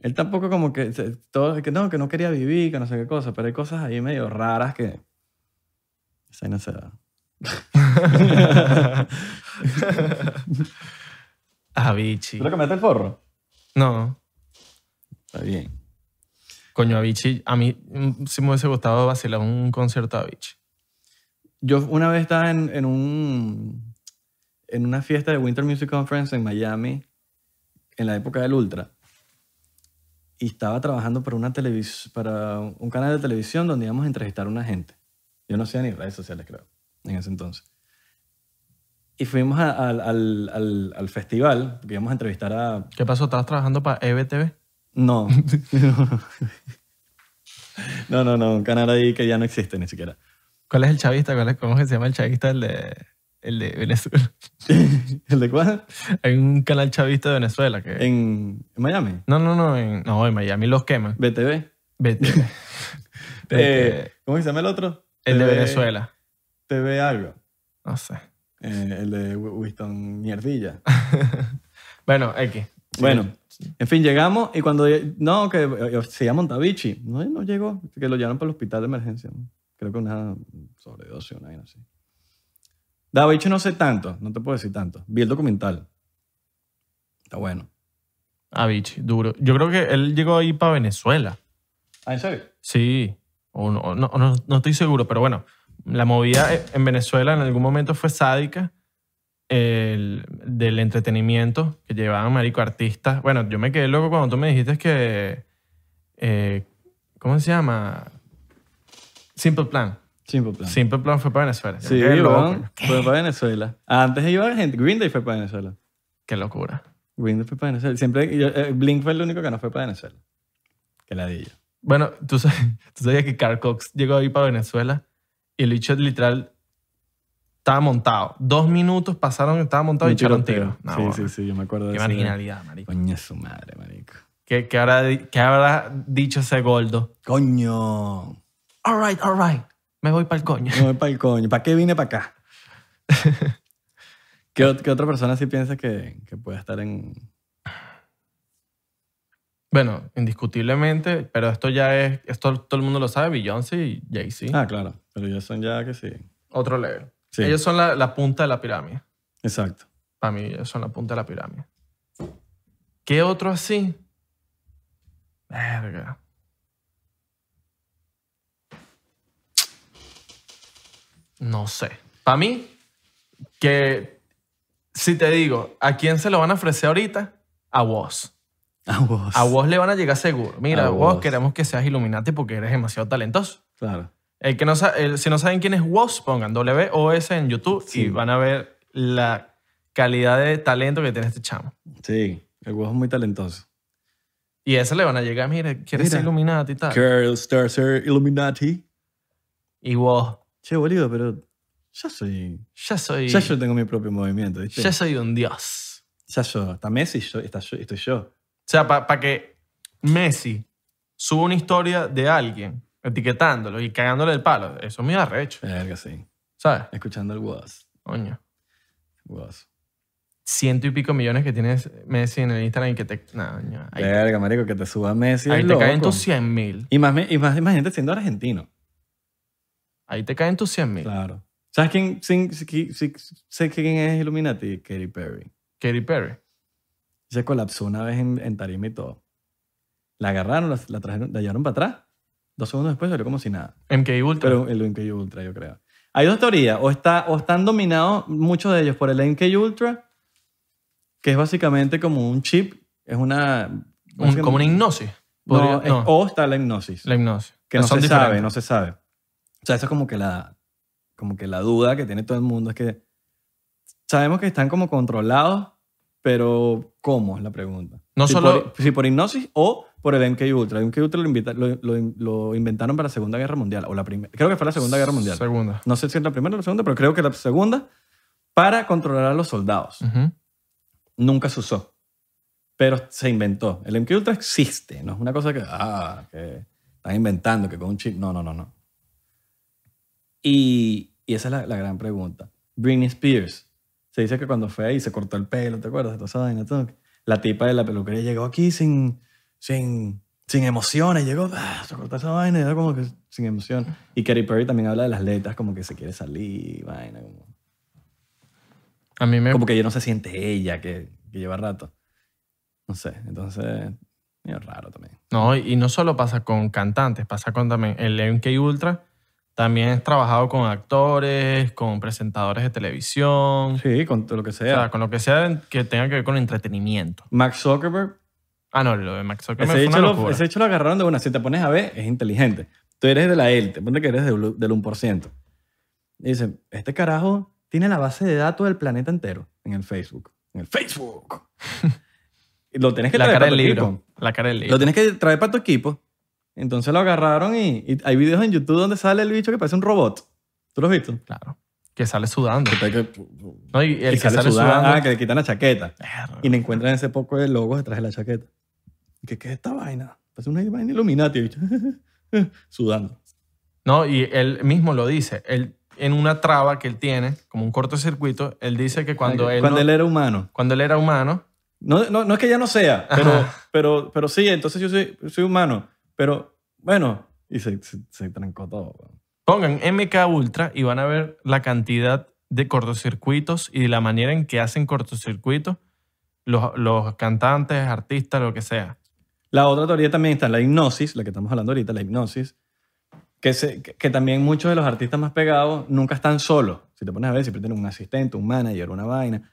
S1: Él tampoco como que, se- todo, que no, que no quería vivir, que no sé qué cosa, pero hay cosas ahí medio raras que... Esa ahí no se da.
S2: Avicii.
S1: ¿Tú le cambiaste el forro?
S2: No.
S1: Está bien.
S2: Coño, Avicii, a mí mm, sí me hubiese gustado vacilar un concierto a Avicii.
S1: Yo una vez estaba en, en un, en una fiesta de Winter Music Conference en Miami, en la época del Ultra, y estaba trabajando para, una televis para un canal de televisión donde íbamos a entrevistar a una gente. Yo no hacía ni redes sociales, creo, en ese entonces. Y fuimos a- al- al, al, al festival, porque íbamos a entrevistar a
S2: ¿Qué pasó? ¿Estabas trabajando para E EBTV?
S1: no. no, no, no. Un canal ahí que ya no existe ni siquiera.
S2: ¿Cuál es el chavista? ¿Cuál es, ¿Cómo es que se llama el chavista? El de, el de Venezuela.
S1: ¿El de cuál?
S2: Hay un canal chavista de Venezuela que...
S1: En, en Miami.
S2: No, no, no. En, no, en Miami los queman.
S1: BTV.
S2: Vete.
S1: Eh,
S2: Vete.
S1: ¿Cómo se llama el otro?
S2: el de
S1: TV
S2: Venezuela.
S1: TV algo.
S2: No sé.
S1: Eh, el de Wi- Winston Mierdilla.
S2: Bueno, X.
S1: Bueno, en fin, llegamos y cuando... No, que eh, se llama Montavichi. No, no llegó. Que lo llevaron para el hospital de emergencia. ¿no? Creo que una sobredosis, una vaina así. Davichi no sé tanto. No te puedo decir tanto. Vi el documental. Está bueno.
S2: Avicii, duro. Yo creo que él llegó ahí para Venezuela.
S1: Ah, ¿en serio?
S2: Sí. O no, o no, no- no estoy seguro, pero bueno. La movida e- en Venezuela en algún momento fue sádica el- del entretenimiento que llevaban marico artistas. Bueno, yo me quedé loco cuando tú me dijiste que... eh, ¿Cómo se llama? Simple Plan.
S1: Simple plan.
S2: Simple Plan fue para Venezuela. Yo
S1: Sí,
S2: me quedé loco.
S1: weón, fue para Venezuela. Antes iba gente. Green Day fue para Venezuela.
S2: Qué locura.
S1: Green Day fue para Venezuela. Siempre, yo- eh, Blink fue el único que no fue para Venezuela. Que la di yo.
S2: Bueno, tú sabes, tú sabías que Carl Cox llegó ahí para Venezuela y el bicho literal estaba montado. Dos minutos pasaron, estaba montado y echaron tiro. No,
S1: sí,
S2: bueno,
S1: sí, sí, yo me acuerdo de
S2: Qué
S1: eso.
S2: marginalidad, marico.
S1: Coño, su madre, marico.
S2: ¿Qué, qué habrá, di- qué habrá dicho ese gordo?
S1: Coño.
S2: All right, all right. Me voy para el coño.
S1: No voy para el coño. ¿Para qué vine para acá? ¿Qué, ot- qué otra persona sí piensa que, que puede estar en.
S2: Bueno, indiscutiblemente, pero esto ya es, esto todo el mundo lo sabe, Beyoncé y Jay-Z.
S1: Ah, claro. Pero ellos son ya que sí.
S2: Otro level.
S1: Sí.
S2: Ellos son la, la punta de la pirámide.
S1: Exacto.
S2: Para mí, ellos son la punta de la pirámide. ¿Qué otro así? Verga. No sé. Para mí, que si te digo, ¿a quién se lo van a ofrecer ahorita? A vos.
S1: A vos.
S2: A vos le van a llegar seguro. Mira,
S1: A
S2: vos
S1: vos.
S2: queremos que seas Illuminati porque eres demasiado talentoso.
S1: Claro.
S2: El que no sa- el- si no saben quién es WOS, pongan WOS en YouTube y
S1: Sí.
S2: van a ver la calidad de talento que tiene este chamo.
S1: Sí. El huevo es muy talentoso.
S2: Y a ese le van a llegar, mire, quieres ser
S1: Mira.
S2: iluminado y tal.
S1: Carl Starcer Illuminati.
S2: Y WOS,
S1: Che, boludo, pero yo soy.
S2: ya soy,
S1: Ya yo tengo mi propio movimiento, ¿viste?
S2: ya soy un dios.
S1: Ya yo. Está Messi, yo, está yo, estoy yo.
S2: O sea, para que Messi suba una historia de alguien etiquetándolo y cagándole el palo, eso es muy arrecho,
S1: Verga, sí.
S2: ¿sabes?
S1: Escuchando el was.
S2: Coño.
S1: was.
S2: Ciento y pico millones que tienes Messi en el Instagram y que te... No, coño, ahí,
S1: Verga, marico, que te suba Messi.
S2: ahí
S1: Eh, es
S2: te
S1: loco.
S2: caen tus 100 mil.
S1: Y más, me- y más, imagínate siendo argentino.
S2: Ahí te caen tus 100 mil.
S1: Claro. ¿Sabes quién, sin- si- si- sé quién es Illuminati? Katy Perry.
S2: Katy Perry.
S1: Se colapsó una vez en, en tarima y todo. La agarraron, la, la trajeron, la llevaron para atrás. Dos segundos después salió como si nada.
S2: MK Ultra.
S1: Pero el MK Ultra, yo creo. Hay dos teorías. O, está, o están dominados muchos de ellos por el MK Ultra, que es básicamente como un chip. Es una.
S2: Un- como una hipnosis. Podría-
S1: No, es-
S2: no,
S1: O está la hipnosis.
S2: la hipnosis.
S1: que no se
S2: Son
S1: sabe,
S2: diferentes.
S1: no se sabe. O sea, eso es como que la, como que la duda que tiene todo el mundo. Es que sabemos que están como controlados, pero ¿cómo? Es la pregunta.
S2: No
S1: si
S2: solo-
S1: Por, si por hipnosis o por el MK Ultra. El MK Ultra lo, invita- lo- lo- lo inventaron para la Segunda Guerra Mundial. O la primera. Creo que fue la Segunda Guerra Mundial.
S2: Segunda.
S1: No sé si es la primera o la segunda, pero creo que la segunda para controlar a los soldados.
S2: Ujú.
S1: Nunca se usó. Pero se inventó. El MK Ultra existe, no es una cosa que, ah, que están inventando, que con un chip. No, no, no, no. Y, y esa es la, la gran pregunta. Britney Spears. Se dice que cuando fue ahí se cortó el pelo, ¿te acuerdas? Toda esa vaina, todo. La tipa de la peluquería llegó aquí sin, sin, sin emociones. Llegó, ah, se cortó esa vaina, y era como que sin emoción. Y Katy Perry también habla de las letras, como que se quiere salir, vaina. Como
S2: A mí me...
S1: como que ya no se siente ella, que, que lleva rato. No sé, entonces Medio raro también.
S2: No, y y no solo pasa con cantantes, pasa con también el MK Ultra. También he trabajado con actores, con presentadores de televisión,
S1: Sí, con todo lo que
S2: o
S1: sea.
S2: sea, con lo que sea que tenga que ver con entretenimiento.
S1: Mark Zuckerberg,
S2: Ah, no, lo de Max Zuckerberg
S1: ese
S2: fue
S1: hecho,
S2: una
S1: lo,
S2: locura.
S1: ese hecho lo agarraron de una. Si te pones a ver, es inteligente. Tú eres de la élite. Ponte que eres del, del 1%. Y dicen, este carajo tiene la base de datos del planeta entero en el Facebook. En el Facebook. Y lo tienes que
S2: La
S1: traer
S2: cara
S1: para
S2: del
S1: tu
S2: libro.
S1: equipo.
S2: La cara del
S1: Lo
S2: libro.
S1: tienes que traer para tu equipo. Entonces lo agarraron y, y hay videos en YouTube donde sale el bicho que parece un robot. ¿Tú lo has visto?
S2: Claro. Que sale sudando.
S1: Que, que,
S2: No, y el que
S1: sale
S2: sale,
S1: sudando, ah,
S2: sudando.
S1: que le quitan la chaqueta.
S2: Verga.
S1: Y le encuentran ese poco de logos detrás de la chaqueta. Y que, ¿Qué es esta vaina? Parece una vaina Illuminati, bicho. Sudando.
S2: No, y él mismo lo dice. Él, en una traba que él tiene, como un cortocircuito, él dice que cuando, él, no-
S1: era humano.
S2: cuando él era humano,
S1: No, no, no es que ya no sea, pero,
S2: Ajá.
S1: pero, pero sí, entonces yo soy, soy humano. Pero bueno, y se, se, se trancó todo. weón.
S2: pongan MK Ultra y van a ver la cantidad de cortocircuitos y la manera en que hacen cortocircuitos los, los cantantes, artistas, lo que sea.
S1: La otra teoría también está la hipnosis, la que estamos hablando ahorita, la hipnosis. Que, se, que, que también muchos de los artistas más pegados nunca están solos. Si te pones a ver, siempre tienen un asistente, un manager, una vaina.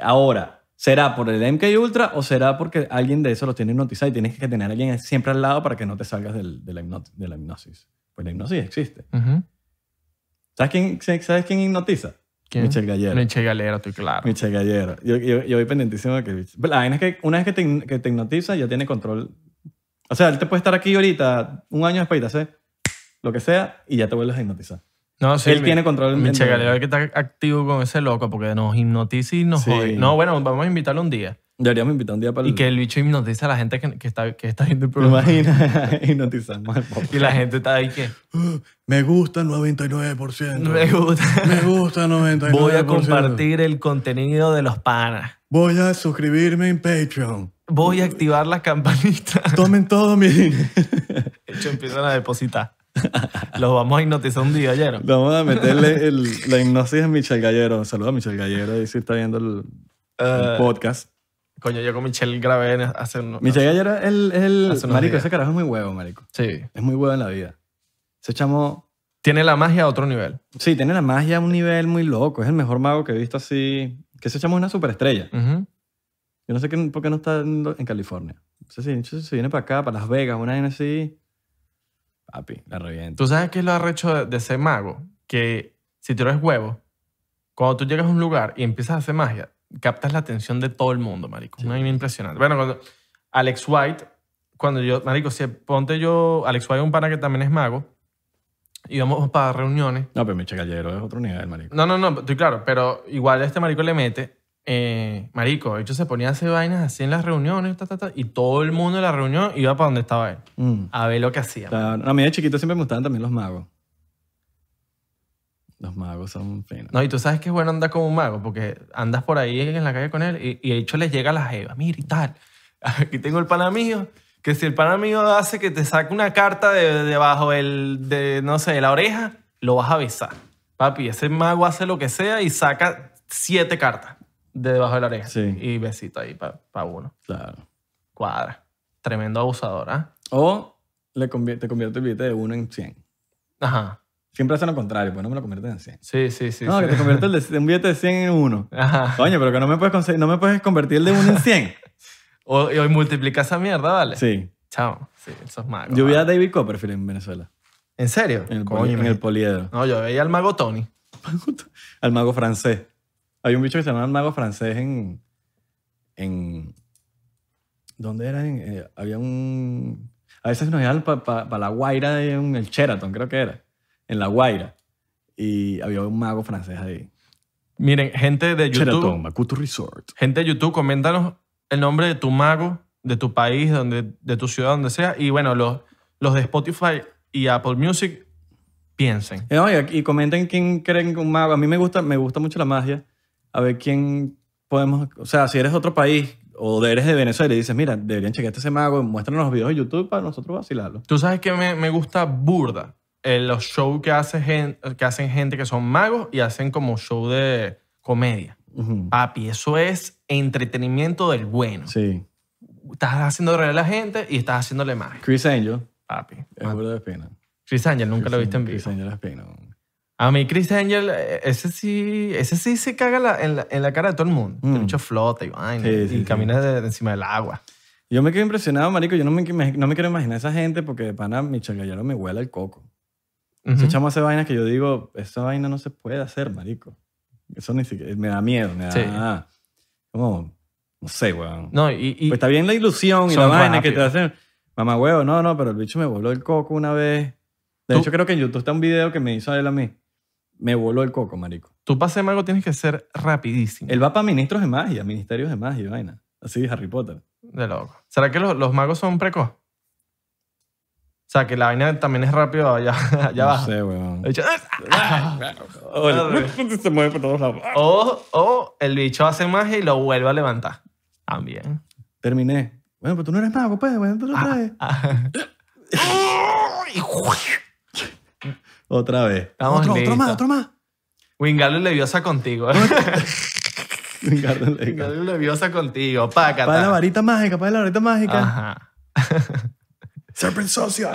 S1: Ahora, ¿será por el MK Ultra o será porque alguien de eso los tiene hipnotizado y tienes que tener a alguien siempre al lado para que no te salgas del- de, la, hipnot- de la hipnosis? Pues la hipnosis existe.
S2: Ujú.
S1: ¿Sabes quién, ¿sabes quién hipnotiza?
S2: ¿Quién?
S1: Michel Gallero.
S2: Michelle Galera, estoy claro.
S1: Michel Gallero. Yo, yo, yo voy pendientísimo de que... el bicho- La vaina es que una vez que te, hipn- que te hipnotiza, ya tiene control. O sea, él te puede estar aquí ahorita, un año después, y te hace lo que sea, y ya te vuelves a hipnotizar.
S2: No, sí,
S1: él
S2: mi-
S1: tiene control. en-
S2: Michelle Galera hay que estar activo con ese loco porque nos hipnotiza y nos
S1: Sí.
S2: jode. No, bueno, vamos a invitarlo un día.
S1: Deberíamos invitar un día para...
S2: Y
S1: el-
S2: que el bicho hipnotiza a la gente que, que está, que está viendo el
S1: ¿Te
S2: programa.
S1: imaginas? Hipnotizamos al pobre.
S2: Y la gente está ahí que...
S3: Uh, me gusta 99%.
S2: Me gusta.
S3: Me gusta 99%.
S2: Voy a compartir el contenido de los panas.
S3: Voy a suscribirme en Patreon.
S2: Voy a activar las campanitas.
S3: Tomen todo mi dinero.
S2: De hecho, empiezan a depositar. Los vamos a hipnotizar un día, ayer.
S1: Vamos a meterle el- la hipnosis a Michel Gallero. Saluda a Michel Gallero, ahí sí está viendo el,
S2: Ah.
S1: el podcast.
S2: Eh, Coño, yo con Michelle grabé en- hace unos...
S1: Michel Gallero es el... es el-
S2: hace unos
S1: marico,
S2: días.
S1: ese carajo es muy huevo, marico.
S2: Sí.
S1: Es muy huevo en la vida. Ese chamo...
S2: Tiene la magia a otro nivel.
S1: Sí, tiene la magia a un nivel muy loco. Es el mejor mago que he visto así. Que ese chamo es una superestrella.
S2: Ujú.
S1: Yo no sé qué, por qué no está en, lo- en California. No sé si no sé si se viene para acá, para Las Vegas, una vaina así. Papi, la reviento.
S2: ¿Tú sabes qué es lo arrecho de, de ser mago? Que si tú eres huevo, cuando tú llegas a un lugar y empiezas a hacer magia, captas la atención de todo el mundo, marico. Una vaina impresionante. Bueno, cuando Alex White, cuando yo, marico, si ponte yo, Alex White es un pana que también es mago, íbamos para reuniones.
S1: No, pero Michel Gallero es otro nivel, marico.
S2: No, no, no, estoy claro, pero igual este marico le mete, eh, marico, de hecho se ponía a hacer vainas así en las reuniones, ta, ta, ta, y todo el mundo en la reunión iba para donde estaba él,
S1: Mm.
S2: a ver lo que hacía.
S1: O sea, a mí de chiquito siempre me gustaban también los magos. Los magos son finos.
S2: No, y tú sabes que es bueno andar como un mago, porque andas por ahí en la calle con él y, y de hecho les llega la jeva, mira y tal. Aquí tengo el pana mío, que si el pana mío hace que te saque una carta de debajo del, de, no sé, de la oreja, lo vas a besar. Papi, ese mago hace lo que sea y saca siete cartas de debajo de la oreja.
S1: Sí.
S2: Y besito ahí para uno.
S1: Claro.
S2: Cuadra. Tremendo abusador, ¿ah?
S1: O le convier- te convierte el billete de uno en 100.
S2: Ajá.
S1: Siempre hacen lo contrario, pues no me lo convierten en 100.
S2: Sí, sí, sí.
S1: no,
S2: sí.
S1: que te convierte el de- un billete de 100 en uno.
S2: Ajá.
S1: Coño, pero que no me puedes, conse- no me puedes convertir el de 1 en 100.
S2: O- y hoy multiplica esa mierda, ¿vale?
S1: Sí.
S2: Chao. Sí, esos magos.
S1: Yo vi
S2: ¿vale?
S1: a David Copperfield en Venezuela.
S2: ¿En serio?
S1: En el,
S2: Coño,
S1: poli- en
S2: imagínate.
S1: el poliedro.
S2: No, yo veía al mago Tony.
S1: Al mago francés. Hay un bicho que se llama el mago francés en... en ¿Dónde era? En- eh, había un... A veces nos iban para la Guaira, en el Sheraton creo que era. En la Guaira. Y había un mago francés ahí.
S2: Miren, gente de YouTube,
S1: Sheraton, Makutu Resort.
S2: gente de YouTube, coméntanos el nombre de tu mago, de tu país, donde, de tu ciudad, donde sea. Y bueno, los, los de Spotify y Apple Music, piensen.
S1: Eh, oiga, y comenten quién creen que un mago. A mí me gusta, me gusta mucho la magia. A ver quién podemos. O sea, si eres de otro país o eres de Venezuela y dices, mira, deberían chequearte ese mago, muéstranos los videos de YouTube para nosotros vacilarlo.
S2: Tú sabes que me, me gusta burda eh, los shows que, hace gen- que hacen gente que son magos y hacen como show de comedia.
S1: Ujú.
S2: Papi, eso es entretenimiento del bueno.
S1: Sí.
S2: estás haciendo reír a la gente y estás haciéndole magia,
S1: Chris Angel.
S2: papi.
S1: Es burda de pena.
S2: Chris Angel Ah. nunca lo viste en vivo.
S1: Chris Angel es pena. weón.
S2: A mí Chris Angel, eh, ese sí, ese sí se caga la- en, la, en la cara de todo el mundo.
S1: Mm.
S2: El bicho flota y vaina
S1: Sí, sí,
S2: y
S1: sí.
S2: camina de- de encima del agua.
S1: Yo me quedo impresionado, marico. Yo no me, imag- no me quiero imaginar a esa gente porque de pana Michel Gallero me huele el coco. Ese
S2: Ujú.
S1: chamo hace vainas que yo digo, esa vaina no se puede hacer, marico. Eso ni siquiera... Me da miedo, me da... Como... No sé, weón.
S2: No, y, y-
S1: Pues está bien la ilusión y
S2: Son
S1: la vaina que te
S2: rápidos.
S1: hacen. Mamá huevo, no, no, pero el bicho me voló el coco una vez. De
S2: Tú-
S1: hecho, creo que en YouTube está un video que me hizo él a mí. Me voló el coco, marico.
S2: tú para ser mago tienes que ser rapidísimo.
S1: Él va para ministros de magia, ministerios de magia y vaina. Así, Harry Potter.
S2: De loco. ¿Será que los, los magos son precoz? O sea, que la vaina también es rápido allá, allá
S1: no
S2: abajo.
S1: sé, weón.
S2: El bicho, ¡ah!
S1: Hola. se mueve por todos lados.
S2: O, o el bicho hace magia y lo vuelve a levantar. También.
S1: Terminé. Bueno, pero tú no eres mago, pues, weón. Tú lo traes.
S2: Ah.
S1: Otra vez.
S2: Estamos
S1: otro, otro
S2: listos.
S1: más, otro más.
S2: Wingardo Leviosa contigo.
S1: Ricardo Leica.
S2: Wingardo Leviosa contigo. Pácata.
S1: Para la varita mágica, para la varita mágica.
S2: Ajá.
S3: Serpent Social.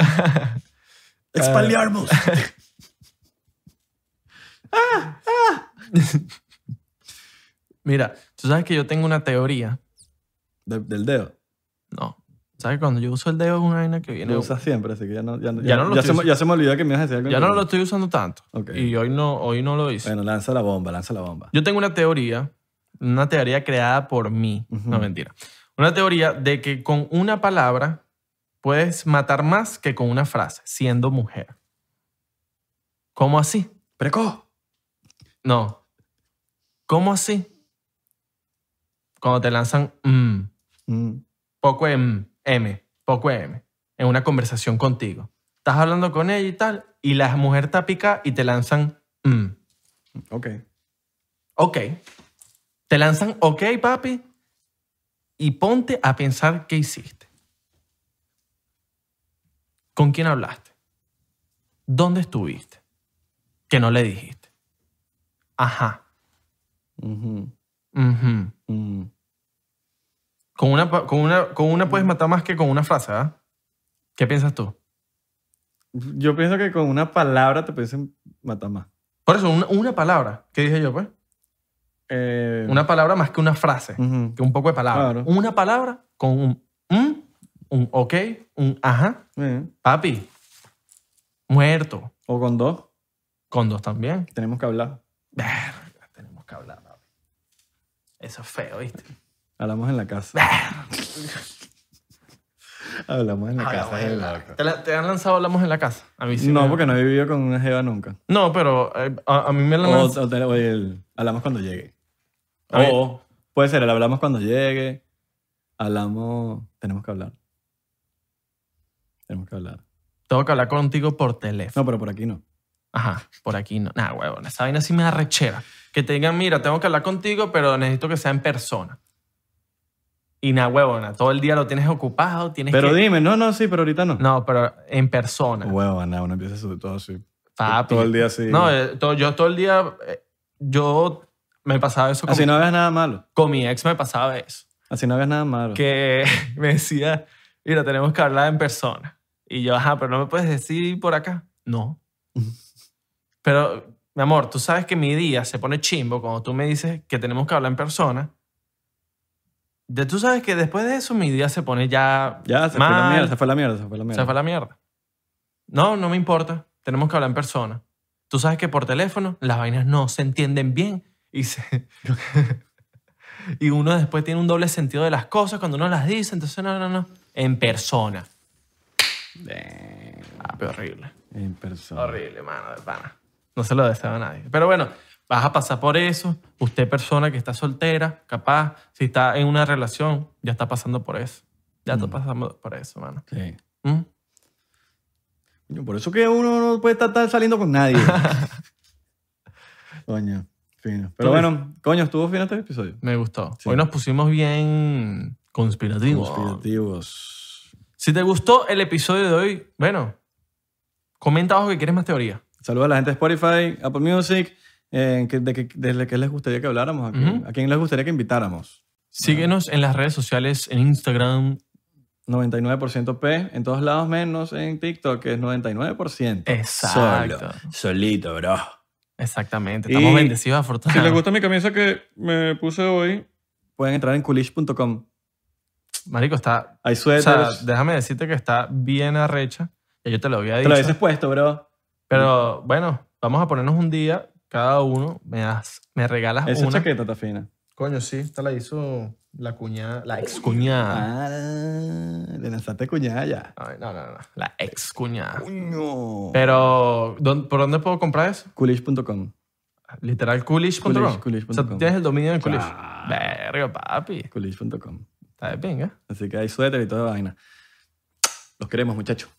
S3: Expaliarmos.
S2: Mira, tú sabes que yo tengo una teoría.
S1: De- del dedo.
S2: No. ¿Sabes? Cuando yo uso el dedo es una vaina que viene...
S1: Lo usas siempre, así que ya no, ya, no-
S2: Ya
S1: ya-
S2: no lo
S1: ya se,
S2: estoy
S1: me- ya se me olvidó que me ibas a decir algo.
S2: Ya no lo
S1: importante.
S2: estoy usando tanto.
S1: Ok.
S2: Y hoy no, hoy no lo hice.
S1: Bueno, lanza la bomba, lanza la bomba.
S2: Yo tengo una teoría, una teoría creada por mí,
S1: Ujú.
S2: no mentira. Una teoría de que con una palabra puedes matar más que con una frase, siendo mujer. ¿Cómo así?
S1: ¡Precoz!
S2: No. ¿Cómo así? Cuando te lanzan mm,
S1: Mm.
S2: poco M, M, poco M, en una conversación contigo. Estás hablando con ella y tal, y la mujer está pica y te lanzan mm.
S1: Ok.
S2: Ok. Te lanzan, ok, papi, y ponte a pensar qué hiciste. ¿Con quién hablaste? ¿Dónde estuviste? Que no le dijiste. Ajá.
S1: Ujú.
S2: ujú.
S1: Mm.
S2: Con, una, pa- con, una, con una puedes matar más que con una frase, ¿verdad? ¿Qué piensas tú?
S1: Yo pienso que con una palabra te pueden matar más.
S2: Por eso, una, una palabra. ¿Qué dije yo, pues?
S1: Eh,
S2: Una palabra más que una frase.
S1: ujú.
S2: Que un poco de palabra.
S1: Claro.
S2: Una palabra con un mm, un ok, un ajá,
S1: Eh,
S2: Papi, muerto.
S1: O con dos,
S2: Con dos también.
S1: tenemos que hablar.
S2: Verga, tenemos que hablar, papi. Eso es feo, ¿viste?
S1: Hablamos en la casa. Hablamos en la casa.
S2: Hablamos
S1: es
S2: en la-
S1: loco.
S2: ¿Te, la- te han lanzado hablamos en la casa? A mí sí.
S1: no,
S2: me-
S1: porque no he vivido con una jeva nunca.
S2: No, pero eh, a, a mí me la
S1: O,
S2: han lanzado.
S1: o te- o el, hablamos cuando llegue.
S2: A ver.
S1: O puede ser, el hablamos cuando llegue. Hablamos. Tenemos que hablar. Tenemos que hablar.
S2: Tengo que hablar contigo por teléfono.
S1: No, pero por aquí no.
S2: Ajá, por aquí no. Nah, huevón, esa vaina sí me da rechera. Que te digan, mira, tengo que hablar contigo, pero necesito que sea en persona. Y nah, huevona, todo el día lo tienes ocupado, tienes
S1: Pero
S2: que...
S1: dime, no, no, sí, pero ahorita no.
S2: No, pero en persona.
S1: Huevo, nada, uno empieza sobre todo así.
S2: Papi.
S1: Todo el día así.
S2: No, eh, to- yo todo el día, eh, yo me pasaba eso con,
S1: así no hagas nada malo.
S2: con mi ex, me pasaba eso.
S1: Así no hagas nada malo.
S2: Que me decía, mira, tenemos que hablar en persona. Y yo, ajá, pero no me puedes decir por acá. No. pero, mi amor, tú sabes que mi día se pone chimbo cuando tú me dices que tenemos que hablar en persona. De, tú sabes que después de eso mi día se pone ya...
S1: Ya, se fue la
S2: mal,
S1: mierda, se fue la mierda, se fue la mierda.
S2: se fue a la mierda. No, no me importa. Tenemos que hablar en persona. Tú sabes que por teléfono las vainas no se entienden bien y se... y uno después tiene un doble sentido de las cosas cuando uno las dice. Entonces, no, no, no. En persona. Ah, pero horrible.
S1: En persona.
S2: Horrible, mano, de pana. No se lo deseo a nadie. Pero bueno, vas a pasar por eso. Usted, persona que está soltera, capaz, si está en una relación, ya está pasando por eso. Ya está pasando por eso, mano.
S1: Sí.
S2: ¿Mm?
S1: Coño, Por eso que uno no puede estar tan saliendo con nadie. coño, fino. Pero bueno, coño, estuvo fino este episodio.
S2: Me gustó.
S1: Sí.
S2: Hoy nos pusimos bien conspirativos.
S1: Conspirativos.
S2: Si te gustó el episodio de hoy, bueno, comenta abajo que quieres más teoría.
S1: Saludos a la gente de Spotify, Apple Music. eh, que- de, que- de, qué les gustaría que habláramos? ¿A, quién-
S2: Ujú.
S1: a quién les gustaría que invitáramos?
S2: Síguenos en las redes sociales, en Instagram.
S1: 99% P en todos lados menos en TikTok, que es 99%.
S2: Exacto.
S1: Eh, Solito, bro.
S2: Exactamente. Estamos
S1: Y-
S2: bendecidos,
S4: Si les
S2: afortunados.
S4: gusta mi camisa que me puse hoy,
S1: Pueden entrar en coolish.com.
S2: Marico, está...
S1: Hay
S2: O
S1: suéteres.
S2: sea, déjame decirte que está bien arrecha. Ya yo te lo había
S1: te lo dices
S2: dicho.
S1: puesto, bro.
S2: Pero bueno, vamos a ponernos un día. Cada uno me, das, me regalas
S1: Esa
S2: una.
S1: chaqueta está fina.
S2: Coño, sí. Esta la hizo la cuñada, la ex cuñada.
S1: Ah, le lanzaste cuñada ya.
S2: no, no, no. La ex cuñada.
S1: Coño.
S2: Pero, ¿dó- ¿por dónde puedo comprar eso?
S1: Coolish.com.
S2: Literal, coolish.com.
S1: Coolish, coolish
S2: o sea, tú
S1: punto com.
S2: tienes el dominio de coolish.
S1: Claro.
S2: Verga, papi.
S1: Coolish.com.
S2: Está de pinga.
S1: Así que hay suéter y toda vaina. Los queremos, muchachos.